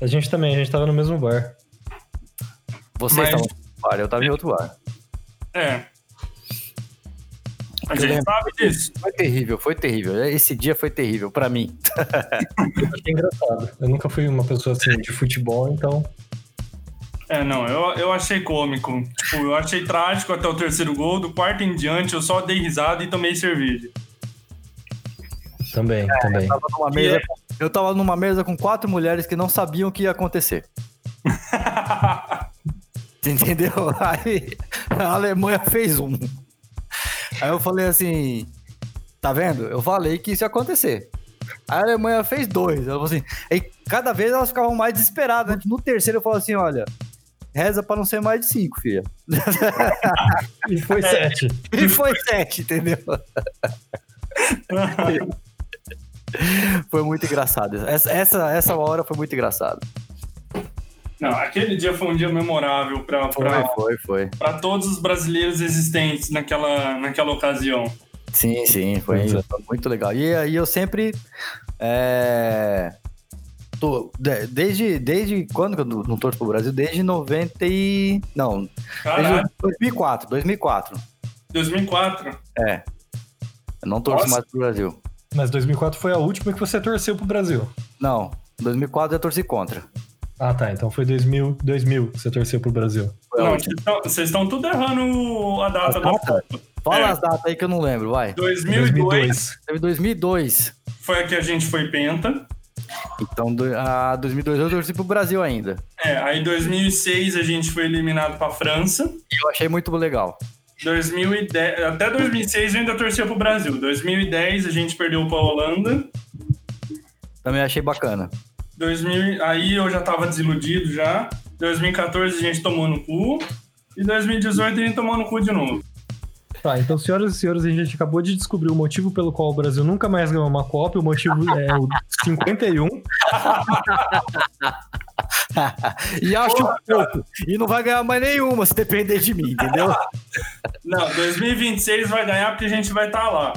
A: A gente também, a gente tava no mesmo bar.
B: Você
C: Mas-
B: estava no bar, eu tava em outro bar.
C: É. A
B: Eu
C: gente
B: lembro.
C: sabe disso.
B: Foi terrível, foi terrível. Esse dia foi terrível pra mim.
A: Achei engraçado. Eu nunca fui uma pessoa assim de futebol, então.
C: É, não, eu, eu achei cômico. Tipo, eu achei trágico até o terceiro gol. Do quarto em diante, eu só dei risada e tomei cerveja. [LAUGHS]
A: Também, também.
B: Eu tava numa
C: E
B: mesa, eu tava numa mesa com quatro mulheres que não sabiam o que ia acontecer. Você Entendeu? Aí a Alemanha fez um. Aí eu falei assim: tá vendo? Eu falei que isso ia acontecer. Aí A Alemanha fez dois. Ela falou assim, aí cada vez elas ficavam mais desesperadas. né? No terceiro eu falo assim: olha, reza pra não ser mais de cinco, filha.
A: E
B: É.
A: foi sete.
B: E foi sete, entendeu? Foi muito engraçado. Essa, essa, essa hora foi muito engraçada.
C: Não, aquele dia foi um dia memorável pra,
B: Foi,
C: pra,
B: foi, foi.
C: pra todos os brasileiros existentes naquela, naquela ocasião.
B: Sim, sim, foi,
A: Pois é.
B: foi muito legal. E aí eu sempre é, tô- de- desde, desde quando que eu não torço pro Brasil? Desde 90 e... Não,
C: Caralho,
B: desde 2004, 2004.
C: 2004.
B: É. Eu não torço
C: Nossa.
B: mais pro Brasil.
A: Mas 2004 foi a última que você torceu pro Brasil.
B: Não, 2004 eu torci contra.
A: Ah, tá. Então foi 2000, 2000 que você torceu pro Brasil.
B: Foi a
C: Não,
B: última.
C: vocês tão- vocês estão tudo errando a data da
B: As
C: Copa.
B: Fala
C: é.
B: as datas aí que eu não lembro, vai.
C: 2002
B: Teve 2002.
C: foi a que a gente foi penta.
B: Então, do, a 2002 eu torci pro Brasil ainda.
C: É, aí 2006 a gente foi eliminado pra França.
B: E eu achei muito legal.
C: 2010, até 2006 eu ainda torcia pro Brasil. 2010 a gente perdeu pra Holanda.
B: Também achei bacana.
C: 2000, aí eu já tava desiludido já. 2014 a gente tomou no cu. E 2018 a gente tomou no cu de novo.
A: Tá, então, senhoras e senhores, a gente acabou de descobrir o motivo pelo qual o Brasil nunca mais ganhou uma Copa. O motivo é o 51.
B: E acho pouco. E não vai ganhar mais nenhuma se depender de mim, [LAUGHS] entendeu?
C: Não, 2026 vai ganhar porque a gente vai estar lá.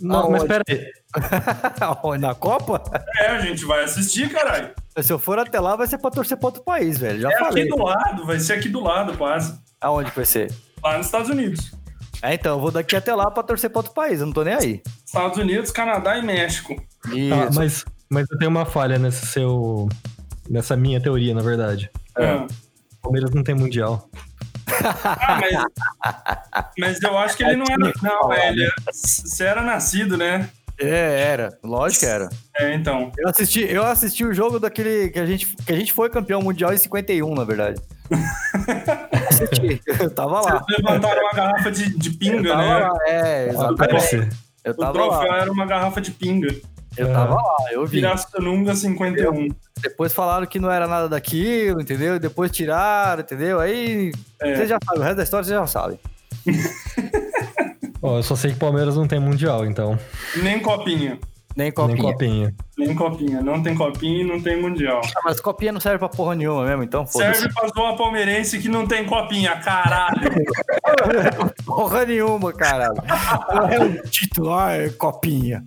A: Não, mas
B: Aonde?
A: pera
B: [LAUGHS]
A: aí.
B: Na Copa?
C: É, a gente vai assistir, caralho.
B: Se eu for até lá, vai ser pra torcer pra outro país, velho. Já
C: É
B: falei.
C: aqui do lado, vai ser aqui do lado, quase.
B: Aonde que vai ser?
C: Lá nos Estados Unidos.
B: É, então, eu vou daqui até lá pra torcer pra outro país. Eu não tô nem aí.
C: Estados Unidos, Canadá e México.
A: Tá,
B: Isso.
A: mas, mas eu tenho uma falha nesse seu. Nessa minha teoria, na verdade.
C: É.
A: O Palmeiras não tem mundial.
C: Ah, mas, mas eu acho que ele não era. Não, é,
B: né?
C: ele era- você era nascido, né?
B: É, era. Lógico que era.
C: É, então.
B: Eu assisti, eu assisti o jogo daquele que a, gente, que a gente foi campeão mundial em 51, na verdade. assisti. [LAUGHS] Eu tava lá.
C: Vocês levantaram uma garrafa de, de
B: Eu
C: pinga,
B: Ah, tava
C: né?
B: lá. É, exatamente.
A: Parece.
B: Eu
C: O
B: tava
C: troféu
B: lá.
C: era uma garrafa de pinga.
B: Eu tava lá, eu vi.
C: Pirassununga 51.
B: Depois falaram que não era nada daquilo, entendeu? Depois tiraram, entendeu? Aí
C: É.
B: vocês já sabem, o resto da história vocês já sabem.
A: Ó, eu só sei que o Palmeiras não tem mundial, então.
C: Nem copinha.
B: Nem copinha.
A: Nem copinha.
C: Nem copinha. Não tem copinha e não tem mundial.
B: Ah, mas copinha não serve pra porra nenhuma mesmo, então foda-se.
C: Serve pra zoar palmeirense que não tem copinha, caralho.
B: [LAUGHS] Porra nenhuma,
C: [LAUGHS]
B: caralho. Não é um título, ah, é copinha.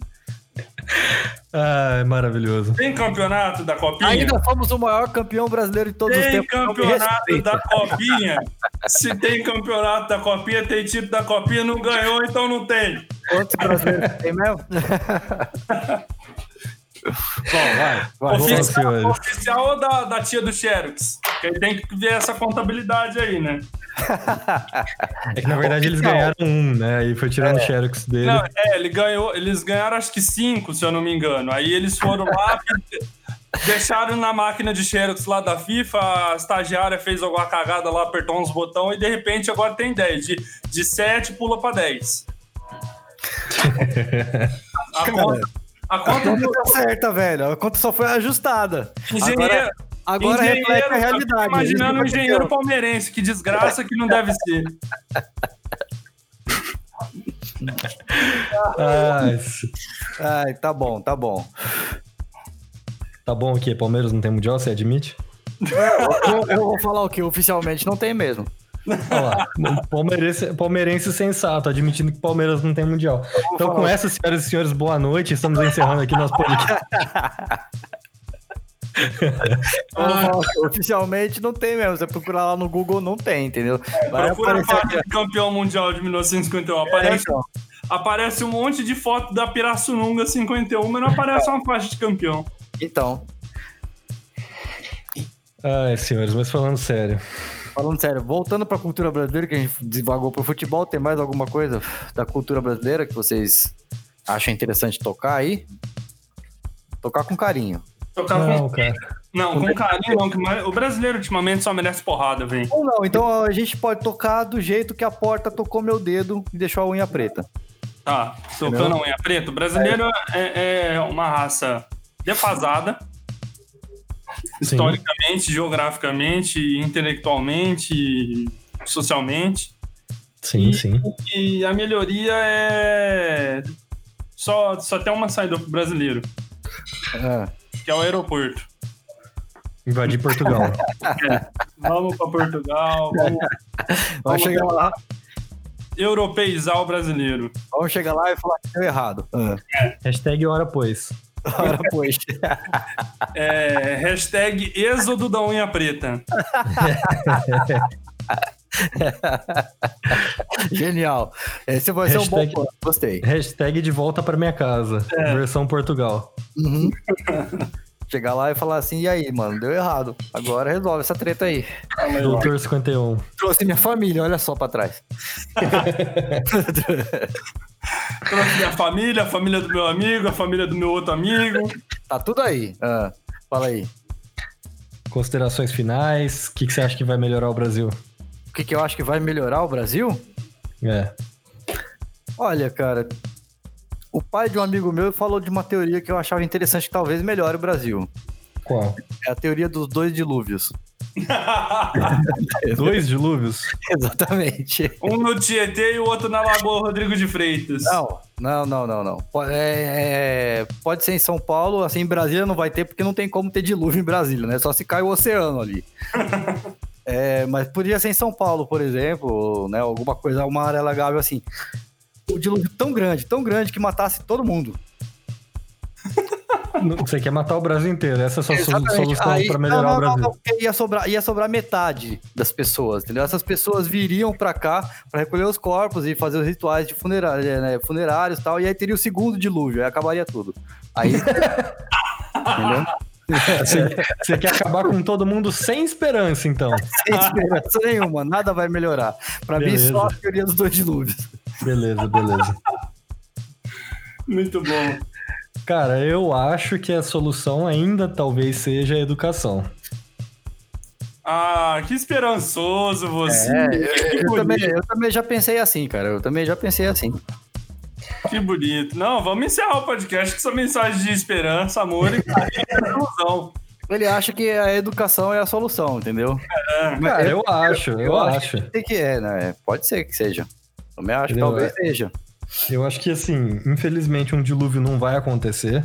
A: Ah, é maravilhoso.
C: Tem campeonato da copinha?
B: Ainda fomos o maior campeão brasileiro de todos os
C: Tem
B: tempos. não me
C: é? campeonato
B: respeita.
C: da copinha? Se tem campeonato da copinha, tem título da copinha, não ganhou, então não tem.
B: Quantos
C: [LAUGHS]
B: brasileiros tem mesmo? Bom, vai, vai.
A: Ô,
B: Vamos-
A: Fih,
C: Oficial,
A: senhores.
C: oficial ou da, da tia do Xerox? Porque aí tem que ver essa contabilidade aí, né?
A: É que na verdade eles
B: Oficial.
A: ganharam um, né? Aí foi tirando o xerox dele.
C: Não, é, ele ganhou, eles ganharam acho que cinco, se eu não me engano. Aí eles foram lá, [LAUGHS] deixaram na máquina de Xerox lá da FIFA, a estagiária fez alguma cagada lá, apertou uns botões e de repente agora tem 10. De, de 7 pula
B: [LAUGHS]
C: pra 10. A conta, a conta do
B: Tá certa, velho. A conta só foi ajustada.
C: engenheiro.
B: Agora
C: engenheiro,
B: reflete a
C: eu fico
B: realidade. né,
C: Imaginando um
B: Eles não
C: engenheiro palmeirense, que desgraça que não deve ser.
A: Ah, isso.
B: Ai, tá bom, tá bom.
A: tá bom o quê? Palmeiras não tem mundial, você admite?
B: Eu, eu vou falar o que oficialmente não tem mesmo.
A: Olha lá. [LAUGHS] Palmeirense, palmeirense sensato, admitindo que Palmeiras não tem mundial. Então, com essa, senhoras e senhores, boa noite. Estamos encerrando aqui nosso podcast.
B: Eu vou falar o que oficialmente não tem mesmo. Você procurar lá no Google, não tem, entendeu? Vai
C: Procura né? a
B: aparecer
C: foto
B: aqui.
C: de campeão mundial de 1951. Aparece
B: então.
C: Aparece um monte de foto da Pirassununga 51, mas não aparece uma faixa de campeão.
B: Então,
A: Ai, senhores, mas falando sério.
B: falando sério, voltando pra cultura brasileira, que a gente divagou pro futebol, tem mais alguma coisa da cultura brasileira que vocês acham interessante tocar aí? Tocar com carinho.
C: Tocar com...
A: Não, é cara.
C: Não, com carinho não. que mais- O brasileiro ultimamente só merece porrada, velho.
B: Ou não, então a gente pode tocar do jeito que a porta tocou meu dedo e deixou a unha preta.
C: Tá, tocando a unha preta. O brasileiro é, é uma raça defasada.
A: Sim.
C: Historicamente, geograficamente, intelectualmente, socialmente.
A: Sim, sim.
C: E a melhoria é... Só, só tem uma saída pro brasileiro,
B: Ah,
C: que é o aeroporto.
A: Invadir Portugal.
C: Vamos pra Portugal,
A: [LAUGHS]
C: vamos
B: vamos,
C: Vamos
B: chegar lá,
C: europeizar o brasileiro.
B: [LAUGHS] vamos chegar lá e falar que deu errado. Ah.
A: Hashtag hora pois.
B: Ora, pois.
C: É, hashtag êxodo da unha preta.
B: Genial. Esse vai ser um bom
A: Hashtag-
B: plano. Gostei.
A: Hashtag de volta pra minha casa. Versão Portugal.
B: Uhum. [LAUGHS] Chegar lá e falar assim, e aí, mano, deu errado. Agora resolve essa treta aí.
C: Fala aí, ó.
A: Doutor 51.
B: Trouxe minha família, olha só pra trás.
C: Trouxe minha família, a família do meu amigo, a família do meu outro amigo.
B: Tá tudo aí. Ah, fala aí.
A: Considerações finais. O que, que você acha que vai melhorar o Brasil?
B: O que, que eu acho que vai melhorar o Brasil?
A: É.
B: Olha, cara, o pai de um amigo meu falou de uma teoria que eu achava interessante que talvez melhore o Brasil.
A: Qual?
B: É a teoria dos dois dilúvios.
A: Dois dilúvios?
B: [LAUGHS] Exatamente.
C: um no Tietê e o outro na Lagoa Rodrigo de Freitas.
B: Não, não, não, não, não. Po- é- é, pode ser em São Paulo, assim, em Brasília não vai ter, porque não tem como ter dilúvio em Brasília, né? Só se cai o oceano ali. É, mas podia ser em São Paulo, por exemplo, né? Alguma coisa, uma área alagável assim. O dilúvio tão grande, tão grande que matasse todo mundo.
A: Não- Você quer matar o Brasil inteiro. Essa é a sua solu-
B: Exatamente.
A: solução
B: Aí-
A: pra melhorar
B: não, não,
A: o Brasil.
B: não, não, porque ia sobrar, ia sobrar metade das pessoas, entendeu? Essas pessoas viriam pra cá pra recolher os corpos e fazer os rituais de funerária, né, funerários e tal, e aí teria o segundo dilúvio, aí acabaria tudo. Aí. entendeu?
A: Você, você quer acabar com todo mundo sem esperança, então.
B: Sem esperança nenhuma, nada vai melhorar. Pra mim,
A: Beleza.
B: só a teoria dos dois dilúvios.
A: Beleza, beleza.
C: Muito bom.
A: Cara, eu acho que a solução ainda talvez seja a educação.
C: Ah, que esperançoso você.
B: É.
C: que
B: Eu também,
C: bonito,
B: eu também já pensei assim, cara. Eu também já pensei assim.
C: que bonito. Não, vamos encerrar o podcast com essa mensagem de esperança, amor e carinho e ilusão.
B: Ele acha que a educação é a solução, entendeu?
A: Cara, eu acho, eu acho.
B: Tem que é, né? Pode ser que seja. Também acho que
A: Entendeu?
B: talvez seja.
A: Eu acho que, assim, infelizmente um dilúvio não vai acontecer.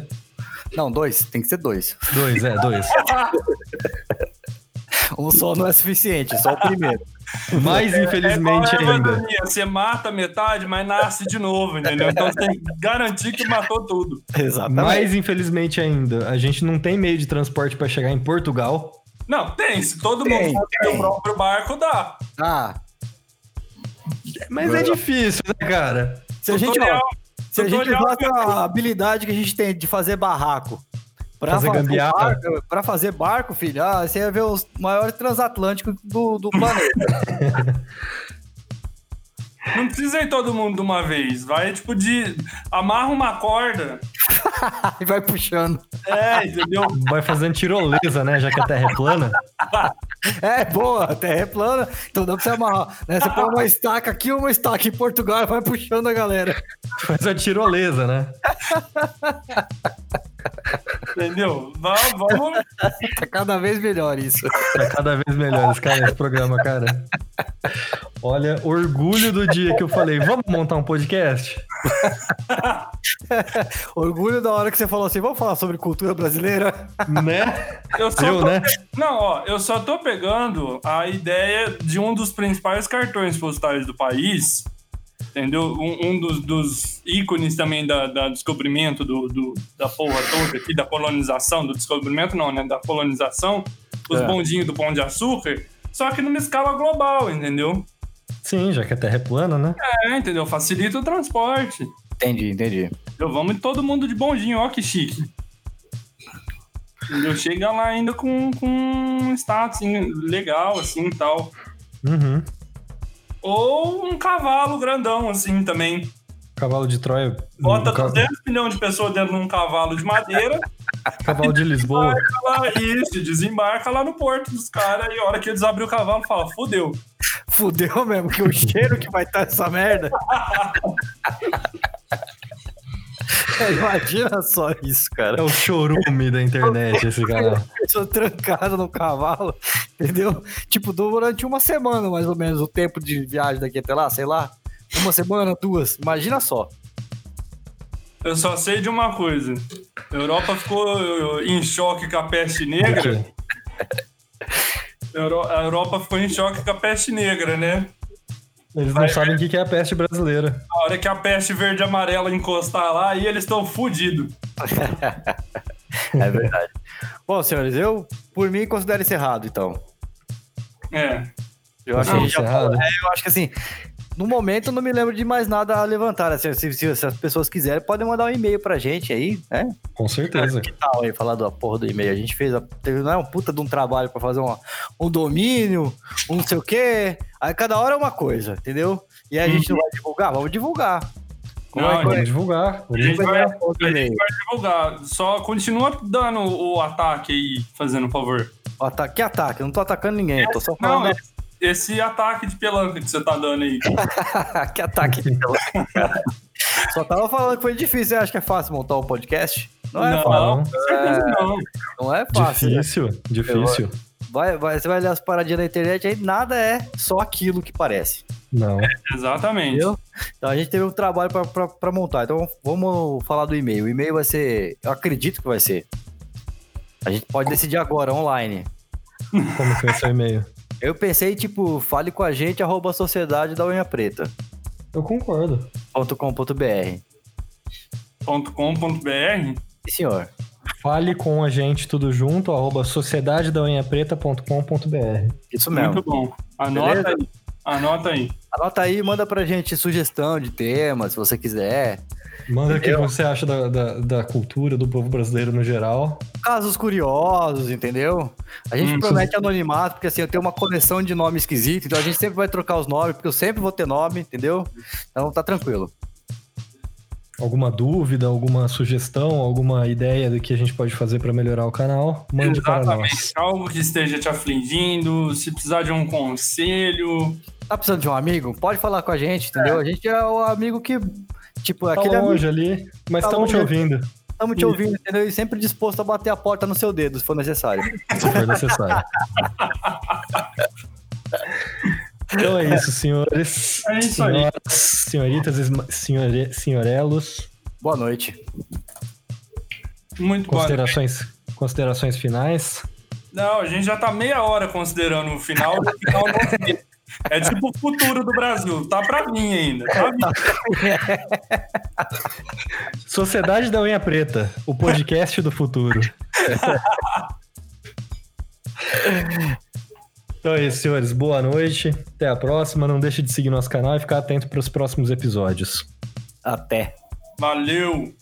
B: Não, dois. Tem que ser dois. [LAUGHS]
A: Dois, é, dois.
B: Um só não é suficiente, só
A: [LAUGHS]
B: o primeiro.
A: Mas, infelizmente,
C: Qual é a
A: ainda.
C: economia? Você mata metade, mas nasce de novo, entendeu? Então você tem que garantir que matou tudo.
B: Exatamente.
A: Mas, infelizmente, ainda. A gente não tem meio de transporte pra chegar em Portugal.
C: Não, tem. Se todo
B: Tem,
C: mundo for o próprio barco, dá.
B: Ah,
A: Mas é difícil, né, cara?
B: se a gente,
C: Tutorial,
B: se a gente assim,
C: tutorial-
B: usasse a habilidade que a gente tem de fazer barraco pra
A: Fazer
B: fazer,
A: gambiarra.
B: barco, pra fazer barco, filho, ah, você ia ver os maiores transatlânticos do, do planeta. [LAUGHS]
C: Não precisa ir todo mundo de uma vez. Vai, tipo, de. Amarra uma corda.
B: e vai puxando.
C: É, entendeu?
A: Vai fazendo tirolesa, né? Já que a terra é plana. [LAUGHS]
B: É, boa, a terra é plana, então dá pra você amarrar. Né? Você põe uma estaca aqui, uma estaca em Portugal e vai puxando a galera.
A: Faz a tirolesa, né?
C: Entendeu? Vamos, vamos.
B: Tá cada vez melhor isso.
A: Tá cada vez melhor esse, cara, esse programa, cara. Olha, orgulho do dia que eu falei, vamos montar um podcast?
B: Orgulho da hora que você falou assim, vamos falar sobre cultura brasileira?
A: Né?
C: Eu só
A: Eu,
C: tô-
A: né?
C: Não, ó, eu só tô pegando a ideia de um dos principais cartões postais do país, entendeu? Um, um dos, dos ícones também da, da descobrimento do, do- da porra toda aqui, da colonização, do descobrimento não, né? Da colonização, os
B: É.
C: bondinhos do Pão de Açúcar, só que numa escala global, entendeu?
A: Sim, já que a terra é plana, né?
C: É, entendeu? Facilita o transporte.
B: Entendi, entendi.
C: Entendeu? Vamos todo mundo de bondinho, ó que chique. Entendeu? Chega lá ainda com, com um status assim, legal, assim, e tal.
A: Uhum.
C: Ou um cavalo grandão, assim, também.
A: Cavalo de Troia.
C: Bota
A: um ca-
C: 200 milhões de pessoas dentro de um cavalo de madeira,
A: Cavalo de Lisboa.
C: lá, isso, desembarca lá no porto dos caras, e a hora que eles abrem o cavalo, fala, fudeu.
B: Fudeu mesmo, que o cheiro que vai estar essa merda. [LAUGHS] Imagina só isso, cara.
A: É o chorume da internet esse canal.
B: Pessoa trancada no cavalo, entendeu? Tipo, durante uma semana, mais ou menos, o tempo de viagem daqui até lá, sei lá. Uma semana, duas. Imagina só.
C: Eu só sei de uma coisa. A Europa ficou eh, em choque com a peste negra.
A: Aqui.
C: Euro- A Europa ficou em choque com a peste negra, né?
A: Eles não sabem o que que é a peste brasileira.
C: Na hora que a peste verde e amarela encostar lá, aí eles estão fodidos.
B: É verdade. Bom, senhores, eu, por mim, considero encerrado, então.
C: É.
B: Eu acho, que a gente já
A: Encerrado.
B: falou- é, eu acho que assim, no momento eu não me lembro de mais nada a levantar. Assim, se, se- se as pessoas quiserem, podem mandar um e-mail pra gente aí, né?
A: Com certeza.
B: Que tal aí falar da porra do e-mail? A gente fez, a, teve não é um puta de um trabalho pra fazer uma- um domínio, um não sei o quê. Aí cada hora é uma coisa, entendeu? E aí a gente não vai divulgar? Vamos divulgar. Como
C: Uhum. Não,
B: é que
A: Vamos divulgar.
C: A gente vai, a
B: outro e-mail?
C: gente vai divulgar. Só continua dando o ataque aí, fazendo um favor.
B: O ataque, que tá ataque? Eu não tô atacando ninguém, eu tô só
C: Não, é-
B: falando [LAUGHS]
C: esse-
B: é-
C: esse ataque de pelanca que você tá dando aí.
B: que
C: [LAUGHS]
B: ataque. só tava falando que foi difícil. Você acha que é fácil montar um podcast? Não é,
C: Não.
B: fácil,
A: Falam.
C: Com certeza não.
B: não é fácil. né?
A: Difícil, difícil.
B: Vai, vai- você vai ler as paradinhas na internet aí, nada é só aquilo que parece.
A: Não.
C: Exatamente.
B: Entendeu? Então a gente teve um trabalho pra- pra pra montar. Então vamos falar do e-mail. O e-mail vai ser. Eu acredito que vai ser. A gente pode decidir agora, online.
A: Como que é seu e-mail?
B: Eu pensei, tipo, fale com a gente, arroba sociedade da unha preta.
A: Eu concordo.
B: Ponto com ponto BR.
C: .com.br
B: Sim, senhor.
A: Fale com a gente tudo junto, arroba sociedadedaunhapreta.com.br.
B: Isso mesmo.
C: Muito bom. Anota
B: Beleza?
C: aí. Anota aí.
B: Anota aí, manda pra gente sugestão de tema, se você quiser.
A: Manda o que
B: Entendeu?
A: você acha da, da, da cultura, do povo brasileiro no geral.
B: Casos curiosos, entendeu? A gente
C: Hum,
B: promete anonimato, porque assim, eu tenho uma coleção de nomes esquisitos, então a gente sempre vai trocar os nomes, porque eu sempre vou ter nome, entendeu? Então tá tranquilo.
A: Alguma dúvida, alguma sugestão, alguma ideia do que a gente pode fazer para melhorar o canal, mande para nós.
C: Exatamente. Algo que esteja te afligindo, se precisar de um conselho.
B: Tá precisando de um amigo? Pode falar com a gente, entendeu? A gente é o amigo que, tipo, é
A: Tá
B: aquele amigo
A: longe ali, mas
B: Tá
A: estamos te
B: longe.
A: ouvindo,
B: que estamos te
A: Isso.
B: ouvindo, entendeu? E sempre disposto a bater a porta no seu dedo, se for necessário.
A: se for necessário. então é isso, senhores.
C: É isso aí.
A: senhoras, Senhoritas, esma- senhore, senhorelos.
B: Boa noite.
C: Muito bom.
A: Considerações, considerações finais.
C: Não, a gente já tá meia hora considerando o final. O final não tem. é tipo o futuro do Brasil. Tá pra mim ainda. Tá vindo.
A: Sociedade da Unha Preta, o podcast do futuro. então é isso, senhores. Boa noite. Até a próxima. Não deixe de seguir nosso canal e ficar atento para os próximos episódios.
B: Até.
C: Valeu.